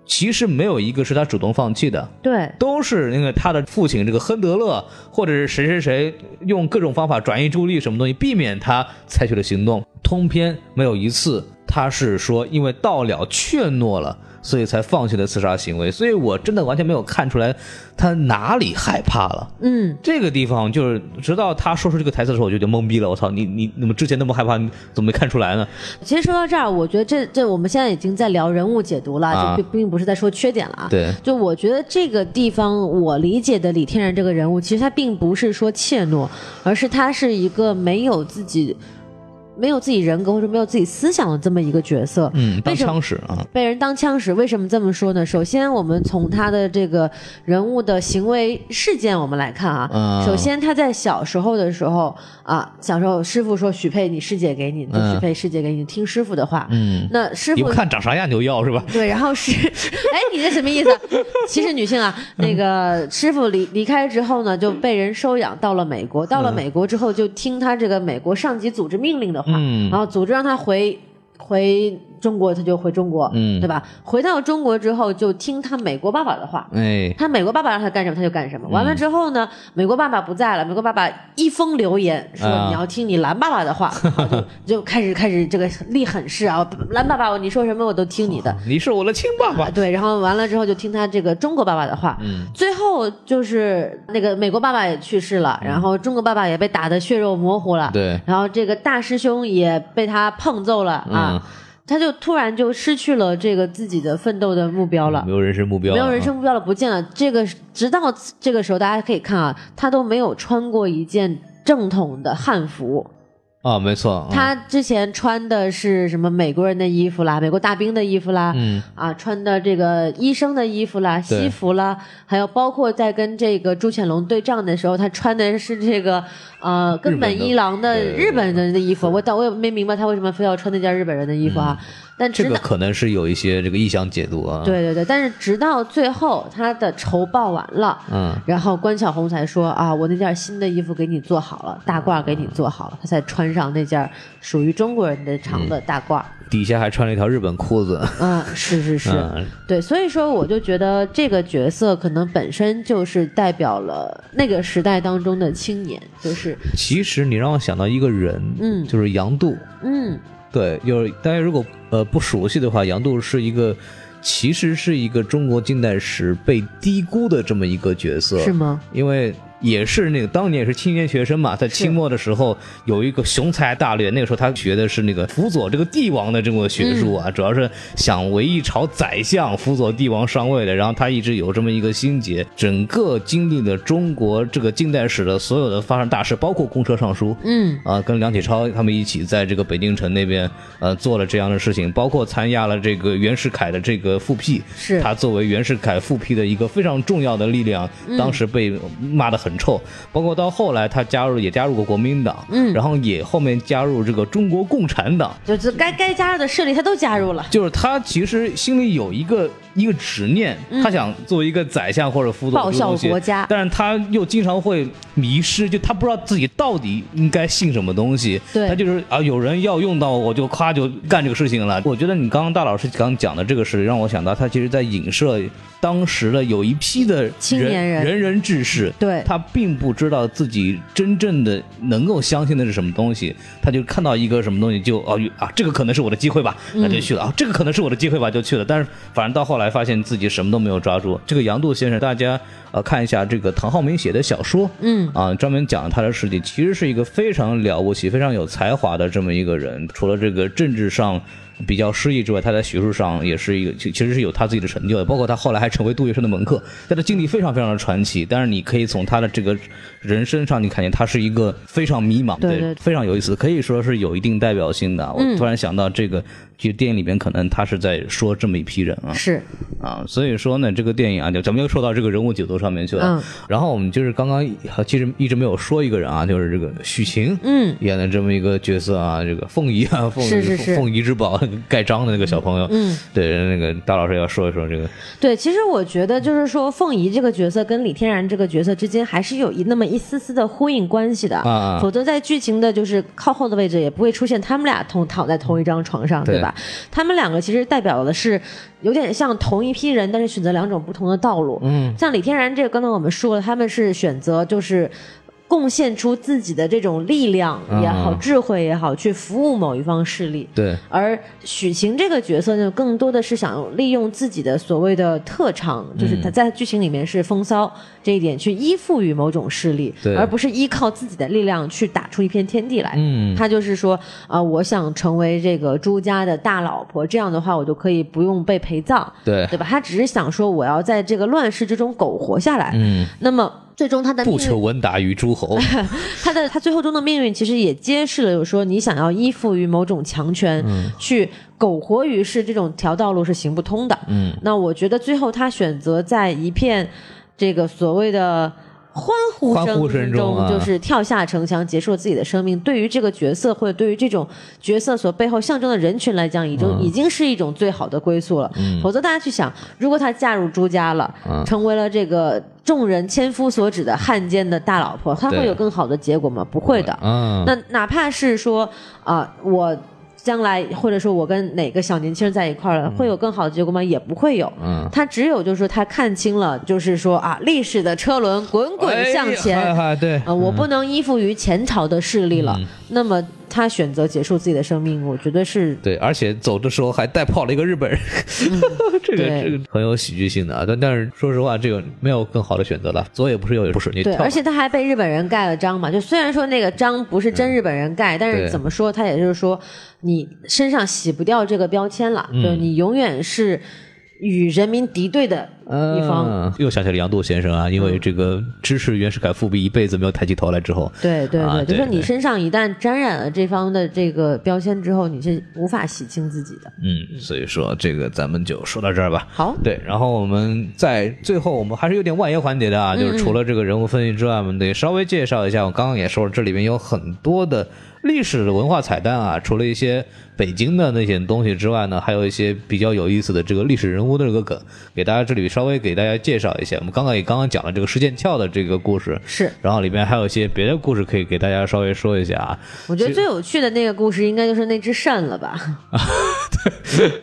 B: 其实没有一个是他主动放弃的，
A: 对，
B: 都是那个他的父亲这个亨德勒，或者是谁谁谁用各种方法转移注意力什么东西，避免他采取的行动。通篇没有一次他是说因为到了怯懦了，所以才放弃了自杀行为。所以我真的完全没有看出来他哪里害怕了。
A: 嗯，
B: 这个地方就是，直到他说出这个台词的时候，我就有点懵逼了。我操，你你你们之前那么害怕，你怎么没看出来呢？
A: 其实说到这儿，我觉得这这我们现在已经在聊人物解读了，
B: 啊
A: 就并并不是在说缺点了啊。
B: 对
A: 就我觉得这个地方，我理解的李天然这个人物，其实他并不是说怯懦，而是他是一个没有自己。没有自己人格或者没有自己思想的这么一个角色，
B: 嗯，当
A: 为什么
B: 枪使啊，
A: 被人当枪使，为什么这么说呢？首先，我们从他的这个人物的行为事件我们来看啊。
B: 嗯
A: 首先，他在小时候的时候啊，小时候师傅说许配你师姐给你，你就
B: 嗯
A: 许配师姐给你，听师傅的话。
B: 嗯，
A: 那师
B: 你
A: 傅
B: 不看长啥样你就要是吧？
A: 对，然后是，哎，你这什么意 思啊？歧视女性啊？那个师傅离离开之后呢，就被人收养到了美国。到了美国之后，就听他这个美国上级组织命令的话，
B: 嗯
A: 然后组织让他回回中国，他就回中国，
B: 嗯
A: 对吧？回到中国之后，就听他美国爸爸的话。
B: 哎，
A: 他美国爸爸让他干什么，他就干什么。完了之后呢，美国爸爸不在了，美国爸爸一封留言说
B: 啊
A: 你要听你蓝爸爸的话，然后就就 开始开始这个立狠誓啊，蓝爸爸你说什么我都听你的。
B: 你是我的亲爸
A: 啊
B: 爸，
A: 对，然后完了之后就听他这个中国爸爸的话，
B: 嗯
A: 最后就是那个美国爸爸也去世了，然后中国爸爸也被打得血肉模糊了，
B: 嗯对，
A: 然后这个大师兄也被他碰揍了
B: 嗯
A: 啊，他就突然就失去了这个自己的奋斗的目标了
B: 没。有人生目标啊，
A: 没有人生目标了，不见了。这个直到这个时候，大家可以看啊，他都没有穿过一件正统的汉服。
B: 啊，没错，啊
A: 他之前穿的是什么美国人的衣服啦，美国大兵的衣服啦，
B: 嗯
A: 啊，穿的这个医生的衣服啦、
B: 对
A: 西服啦，还有包括在跟这个朱潜龙对战的时候，他穿的是这个呃根本一郎的
B: 对对对嗯
A: 日本人的衣服。我倒我也没明白他为什么非要穿那件日本人的衣服啊，但直
B: 这
A: 到、
B: 个可能是有一些这个意向解读啊，，
A: 对对对，但是直到最后他的仇报完了。
B: 嗯，
A: 然后关晓红才说啊，我那件新的衣服给你做好了，大褂给你做好了，他才穿上那件属于中国人的长
B: 嗯
A: 的大褂。
B: 底下还穿了一条日本裤子，
A: 嗯，是是是，
B: 嗯
A: 对，所以说我就觉得这个角色可能本身就是代表了那个时代当中的青年，就是
C: 其实你让我想到一个人，
A: 嗯
C: 就是杨度。
A: 嗯
C: 对，就是大家如果呃不熟悉的话，杨度是一个，其实是一个中国近代史被低估的这么一个角色，
A: 是吗？
C: 因为也是那个当年也是青年学生嘛，在清末的时候有一个雄才大略，那个时候他学的是那个辅佐这个帝王的这个学术
A: 嗯
C: 啊，主要是想为一朝宰相，辅佐帝王上位的。然后他一直有这么一个心结，整个经历了中国这个近代史的所有的发生大事，包括公车上书，
A: 嗯
C: 啊，跟梁启超他们一起在这个北京城那边，呃，做了这样的事情，包括参加了这个袁世凯的这个复辟，
A: 是
C: 他作为袁世凯复辟的一个非常重要的力量，
A: 嗯
C: 当时被骂得很臭，包括到后来他加入也加入过国民党，
A: 嗯
C: 然后也后面加入这个中国共产党，
A: 就是该该加入的势力他都加入了，
C: 就是他其实心里有一个一个执念，他想作为一个宰相或者辅佐
A: 嗯报
C: 这个东
A: 效
C: 西
A: 国家
C: 但是他又经常会迷失，就他不知道自己到底应该信什么东西。
A: 对
C: 他就是啊，有人要用到我就夸就干这个事情了。我觉得你刚刚大老师刚讲的这个事，让我想到他其实在影射当时的有一批的人
A: 青年人
C: 仁人志士，
A: 对
C: 他并不知道自己真正的能够相信的是什么东西，他就看到一个什么东西就哦啊，这个可能是我的机会吧，那就去了、啊，这个可能是我的机会吧，就去了。但是反正到后来发现自己什么都没有抓住。这个杨度先生，大家呃看一下这个唐浩明写的小说，
A: 嗯
C: 啊，专门讲了他的事迹，其实是一个非常了不起、非常有才华的这么一个人。除了这个政治上比较失意之外，他在学术上也是一个，其其实是有他自己的成就的。包括他后来还成为杜月笙的门客，他的经历非常非常的传奇。但是你可以从他的这个人身上，你看见他是一个非常迷茫的
A: 对对
C: 人，
A: 对嗯
C: 非常有意思，可以说是有一定代表性的啊。我突然想到这个，其实电影里面可能他是在说这么一批人啊。
A: 是
C: 啊，所以说呢，这个电影啊，就咱们又说到这个人物解读上面去了。
A: 嗯
C: 然后我们就是刚刚啊其实一直没有说一个人啊，就是这个许晴，
A: 嗯，
C: 演的这么一个角色啊，这个凤仪啊，凤
A: 是是是
C: 凤仪之宝盖章的那个小朋友，
A: 嗯，
C: 对，那个大老师要说一说这个，
A: 对，其实我觉得就是说，凤仪这个角色跟李天然这个角色之间还是有一那么一丝丝的呼应关系的，
C: 啊啊
A: 否则在剧情的就是靠后的位置也不会出现他们俩同躺在同一张床上，对
C: 对
A: 吧？他们两个其实代表的是有点像同一批人，但是选择两种不同的道路。嗯，像李天然这个，刚才我们说了，他们是选择就是。贡献出自己的这种力量也好，
C: 啊啊
A: 智慧也好，去服务某一方势力。
C: 对，
A: 而许晴这个角色呢，更多的是想利用自己的所谓的特长，就是
C: 嗯
A: 她在剧情里面是风骚这一点，去依附于某种势力
C: 对，
A: 而不是依靠自己的力量去打出一片天地来。
C: 嗯
A: 她就是说啊、我想成为这个朱家的大老婆，这样的话我就可以不用被陪葬，
C: 对
A: 对吧？她只是想说我要在这个乱世之中苟活下来。
C: 嗯，
A: 那么最终他的命
B: 不
A: 运
B: 求闻达于 诸侯，
A: 他的他最后终的命运，其实也揭示了，有说你想要依附于某种强权，
B: 嗯
A: 去苟活于世这种条道路是行不通的。
B: 嗯，
A: 那我觉得最后他选择在一片这个所谓的。欢呼
B: 欢呼
A: 声
B: 声中啊
A: 就是跳下城墙，结束自己的生命。对于这个角色，或者对于这种角色所背后象征的人群来讲，已经、
B: 嗯
A: 已经是一种最好的归宿了。否则，大家去想，如果她嫁入朱家了，
B: 嗯
A: 成为了这个众人千夫所指的汉奸的大老婆，她会
B: 对
A: 有更好的结果吗？不会的。
B: 嗯，
A: 那哪怕是说啊、我将来或者说我跟哪个小年轻人在一块儿了，会有更好的结果吗？也不会有。
B: 嗯
A: 他只有就是说他看清了，就是说啊，历史的车轮滚滚向前。
B: 哎
A: 啊、
B: 嗨对，
A: 我不能依附于前朝的势力
B: 嗯
A: 了。那么他选择结束自己的生命，我觉得是
B: 对，而且走的时候还带跑了一个日本人，这个
A: 对
B: 这个很有喜剧性的啊。但但是说实话，这个没有更好的选择了，左也不是，右也不是，你
A: 对，
B: 跳吧
A: 而且他还被日本人盖了章嘛。就虽然说那个章不是真日本人盖，但是
B: 嗯对
A: 怎么说，他也就是说你身上洗不掉这个标签了，就是
B: 嗯
A: 你永远是与人民敌对的一方。嗯
B: 嗯又想起了杨度先生啊，因为这个支持袁世凯复辟一辈子没有抬起头来之后，
A: 对对
B: 啊
A: 对，就
B: 对
A: 是你
B: 对
A: 身上一旦沾染了这方的这个标签之后，你是无法洗清自己的。
B: 嗯，所以说这个咱们就说到这儿吧。
A: 好，
B: 对，然后我们在最后，我们还是有点外延环节的
A: 嗯
B: 啊，就是除了这个人物分析之外，我们得稍微介绍一下。我刚刚也说了，这里面有很多的历史的文化彩蛋啊，除了一些北京的那些东西之外呢，还有一些比较有意思的这个历史人物的这个梗，给大家这里稍微给大家介绍一下。我们刚刚也刚刚讲了这个石剑鞘的这个故事，
A: 是
B: 然后里面还有一些别的故事可以给大家稍微说一下啊。
A: 我觉得最有趣的那个故事应该就是那只肾了 吧？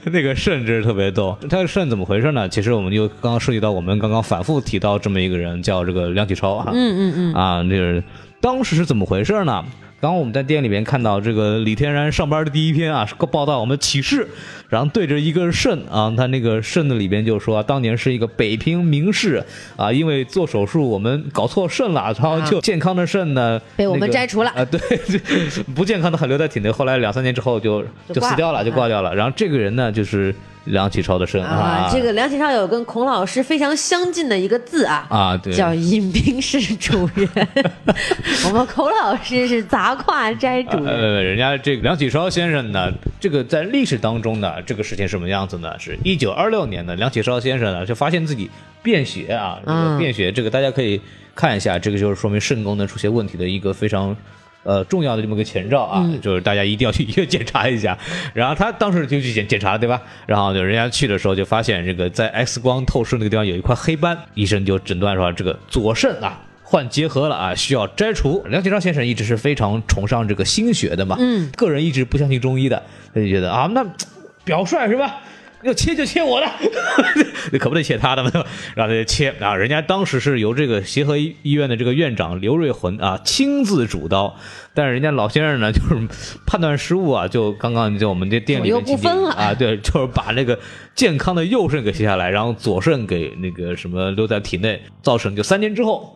B: 那个肾真是特别逗，他的肾怎么回事呢？其实我们又刚刚涉及到我们刚刚反复提到这么一个人，叫这个梁启超啊，
A: 嗯嗯嗯，
B: 啊，这个当时是怎么回事呢？刚刚我们在店里面看到这个李天然上班的第一篇啊，是个报道我们启事，然后对着一个肾啊，他那个肾的里边就说、啊，当年是一个北平名士啊，因为做手术我们搞错肾了，然后就健康的肾呢
A: 啊 被我们
B: 那个
A: 摘除了
B: 啊，对， 这不健康的还留在体内，后来两三年之后就
A: 就
B: 就
A: 挂
B: 死掉了，
A: 了嗯
B: 就挂掉了。然后这个人呢，就是梁启超的肾
A: 啊，这个梁启超有跟孔老师非常相近的一个字啊，
B: 啊，对，
A: 叫饮冰室主 人，我们孔老师是杂跨斋主人。
B: 呃，人家这个梁启超先生呢，这个在历史当中呢，这个事情什么样子呢？是一九二六年的梁启超先生呢，就发现自己便血啊，这
A: 嗯
B: 个便血，这个大家可以看一下，这个就是说明肾功能出现问题的一个非常。呃，重要的这么个前兆啊，就是大家一定要去 医院检查一下。然后他当时就去检检查了，对吧？然后就人家去的时候就发现这个在 X 光透视那个地方有一块黑斑，医生就诊断说这个左肾啊患结核了啊，需要摘除。梁启超先生一直是非常崇尚这个心学的嘛，嗯，个人一直不相信中医的，他就觉得啊，那嘖表率是吧？要切就切我的，那 可不得切他的嘛，对吧然后他就切啊！人家当时是由这个协和医院的这个院长刘瑞魂啊亲自主刀，但是人家老先生呢，就是判断失误啊，就刚刚就我们这店里
A: 左右
B: 面
A: 不分了
B: 啊，对，就是把那个健康的右肾给切下来，然后左肾给那个什么留在体内，造成就三年之后，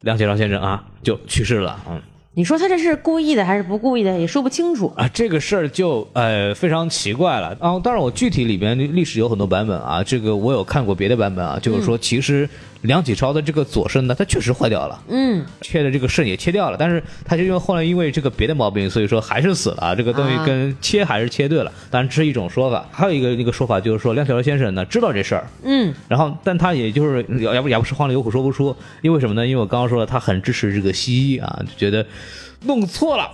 B: 梁启超先生啊就去世了，嗯。
A: 你说他这是故意的还是不故意的，也说不清楚。
B: 啊，这个事儿就呃非常奇怪了。啊，当然我具体里边历史有很多版本啊，这个我有看过别的版本啊，就是说其实梁启超的这个左肾呢，它确实坏掉了，
A: 嗯，
B: 切的这个肾也切掉了，但是他就因为后来因为这个别的毛病，所以说还是死了啊。这个东西
A: 啊
B: 跟切还是切对了，当然这是一种说法。还有一个那个说法就是说梁启超先生呢知道这事儿，
A: 嗯，
B: 然后，但他也就是要要不要不是慌了有苦说不出，因为什么呢？因为我刚刚说了，他很支持这个西医啊，就觉得弄错了。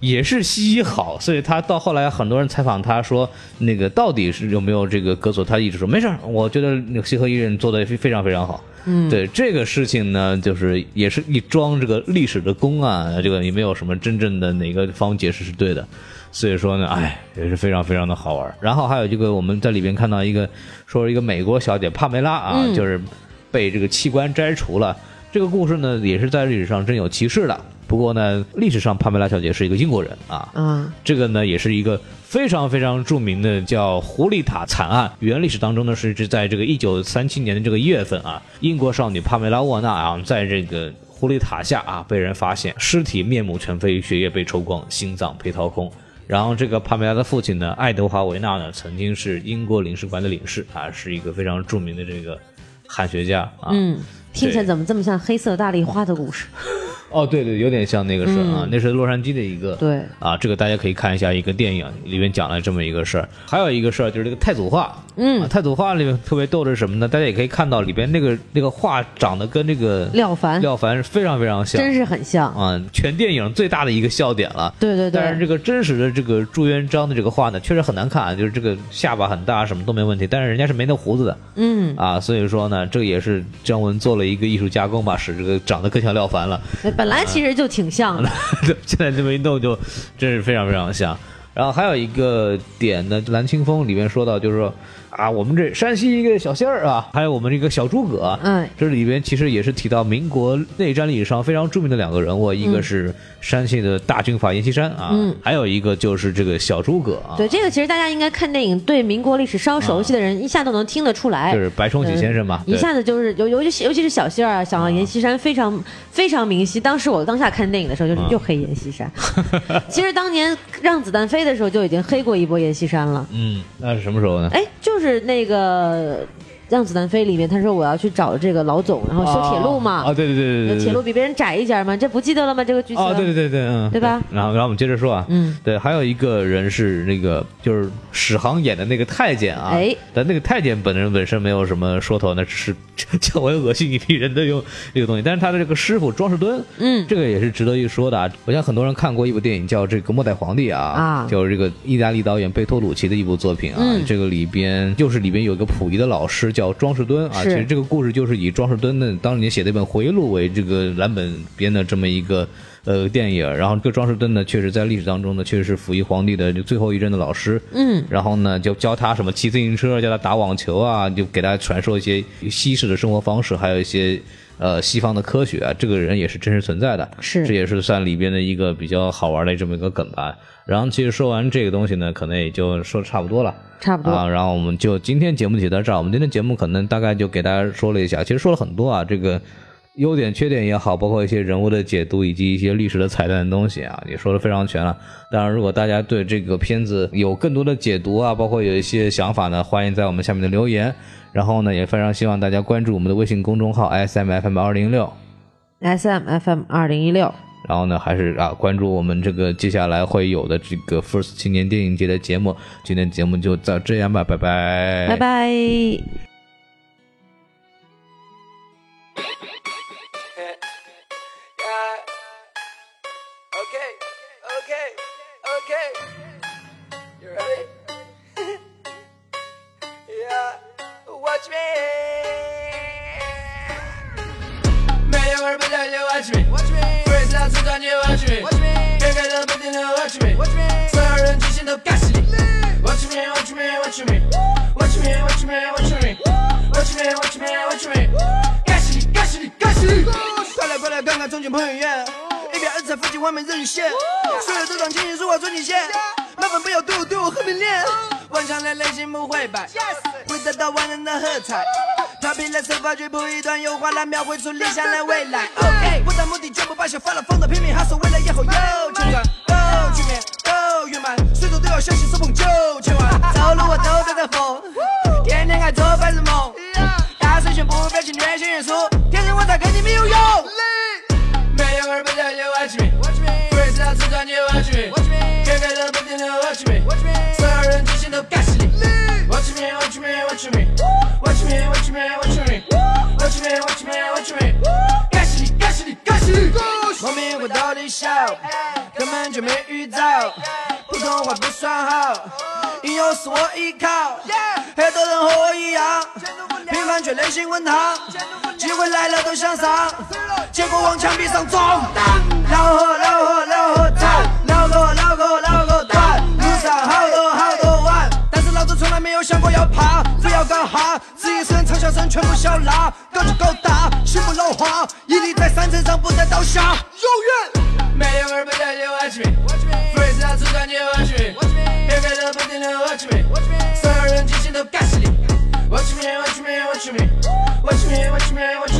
B: 也是西医好，所以他到后来很多人采访他说，那个到底是有没有这个割错？他一直说没事儿，我觉得那个西河医院做的非常非常好。嗯，对这个事情呢，就是也是一桩这个历史的功啊，这个也没有什么真正的哪个方解释是对的。所以说呢，哎，也是非常非常的好玩儿。然后还有这个，我们在里边看到一个，说一个美国小姐帕梅拉啊，就是被这个器官摘除了。这个故事呢，也是在历史上真有其事的。不过呢，历史上帕梅拉小姐是一个英国人啊，
A: 啊，
B: 这个呢也是一个非常非常著名的叫狐狸塔惨案。原历史当中呢是在这个一九三七年的这个一月份啊，英国少女帕梅拉沃纳啊，在这个狐狸塔下啊被人发现尸体面目全非，血液被抽光，心脏被掏空。然后这个帕梅拉的父亲呢，爱德华维纳呢，曾经是英国领事馆的领事啊，是一个非常著名的这个汉学家啊。
A: 嗯，听起来怎么这么像黑色大丽花的故事？
B: 哦，对对，有点像那个事儿啊，那是洛杉矶的一个
A: 对
B: 啊，这个大家可以看一下一个电影，里面讲了这么一个事儿。还有一个事儿就是这个太祖画，嗯、太祖画里面特别逗的是什么呢？大家也可以看到里边那个那个画长得跟这个
A: 廖凡
B: 廖凡是非常非常像，
A: 真是很像。
B: 啊，全电影最大的一个笑点了。
A: 对对对
B: 但是这个真实的这个朱元璋的这个画呢，确实很难看，啊就是这个下巴很大，什么都没问题，但是人家是没那胡子的。嗯。啊，所以说呢，这个也是姜文做了一个艺术加工吧，使这个长得更像廖凡了。
A: 哎本来其实就挺像的，
B: 对， 现在这么一弄就真是非常非常像。然后还有一个点呢，《蓝清风》里面说到，就是说啊，我们这山西一个小仙儿啊，还有我们这个小诸葛，啊
A: 嗯
B: 这里边其实也是提到民国内战历史上非常著名的两个人物，一
A: 嗯
B: 个是山西的大军阀阎锡山啊，还有一个就是这个小诸葛啊，
A: 对，这个其实大家应该看电影，对民国历史稍熟悉的人，一下都能听得出来。
B: 就是白崇禧先生嘛，
A: 一
B: 对
A: 下子就是尤尤其是尤其是小仙儿啊，想到阎锡山非常、非常明晰。当时我当下看电影的时候，
B: 啊
A: 就是又黑阎锡山。其实当年让子弹飞的时候就已经黑过一波阎锡山了。
B: 嗯，那是什么时候呢？
A: 哎，就是那个让子弹飞里面，他说我要去找这个老总，然后修铁路嘛，
B: 啊，对对对对对，
A: 铁路比别人窄一截嘛，这不记得了吗？这个剧情。
B: 哦，对对对对，嗯，
A: 对吧
B: 然后，然后我们接着说啊，
A: 嗯，
B: 对，还有一个人是那个就是史航演的那个太监啊，
A: 哎，
B: 但那个太监本人本身没有什么说头，那只是 叫我恶心一批人的用这个东西，但是他的这个师傅庄士敦，
A: 嗯
B: 这个也是值得一说的啊。我想很多人看过一部电影叫这个《末代皇帝》啊，
A: 啊
B: 就是这个意大利导演贝托鲁奇的一部作品啊，
A: 嗯
B: 这个里边就是里边有一个溥仪的老师叫庄士敦啊，
A: 是
B: 其实这个故事就是以庄士敦的当年写的一本回忆录为这个蓝本编的这么一个。呃，电影，然后这个庄士敦呢，确实在历史当中呢，确实是溥仪皇帝的就最后一任的老师，
A: 嗯，
B: 然后呢，就教他什么骑自行车，教他打网球啊，就给他传授一些西式的生活方式，还有一些呃西方的科学啊，这个人也是真实存在的，
A: 是
B: 这也是算里边的一个比较好玩的这么一个梗吧。然后其实说完这个东西呢，可能也就说的差不多了。
A: 差不多。
B: 啊，然后我们就今天节目就到这儿。我们今天节目可能大概就给大家说了一下，其实说了很多啊，这个优点、缺点也好，包括一些人物的解读以及一些历史的彩蛋的东西啊，也说的非常全了。当然，如果大家对这个片子有更多的解读啊，包括有一些想法呢，欢迎在我们下面的留言。然后呢，也非常希望大家关注我们的微信公众号 S M F M 二零六。
A: S M F M 二零一六，
B: 然后呢，还是啊关注我们这个接下来会有的这个呃 First 青年电影节的节目。今天节目就到这样吧，拜拜，
A: 拜拜。
E: Yeah. Okay, okay, okay. You ready? yeah, watch me. Made it work, but now you watch me. Watch me. First out to done, you watch me. Watch me. Can't get up, but you know, watch me. Watch me. Sorry, I'm just in the castle. Watch me, watch me, watch me. Watch me, watch me, watch me. Watch me, watch me, watch me. 干死你，干死你，干死你！快来快来，看看中景彭于晏，一秒二彩风景完美任你现。所有这场经历是我最底线，麻烦不要对我对我喝冰恋。晚上来雷心不会摆，会得到万人的喝彩。逃避了色发局不一段，用花来描绘出理想的未来。OK，我的目的绝不怕小发了疯的拼命哈手，为了以后又成长。哦，去面哦，圆满，随手对我消息手捧就千万。走路我都在的疯，天天爱做白日梦。大声宣布，表情略显认输，天生我才肯定没有用。没有人不了解 watch me。First 要自传你 watch me。全给的不停的 watch me。所有人之心都干死你。Watch me, watch me, watch me. Watch me, watch me, watch me. Watch me, watch me, watch me. 干死你，干死你，干死你！我明我到底笑，根本就没遇到。普通话不算好，应用是我依靠。很多人和我一样，平凡却内心滚烫，机会来了都想上，结果往墙壁上撞。老火老火老火炭，老火老火老火炭，路上好多好多碗，但是老子从来没有想过要爬，不要干哈，自一身长笑声全部笑纳，高就高大，心不老化，屹立在山城上不再倒下，永远。没有人不了解 watch me。First 要出专辑 watch me。别给的不停的 watch me。所有人精心都干死你。Watch me watch me watch me。Watch me watch me watch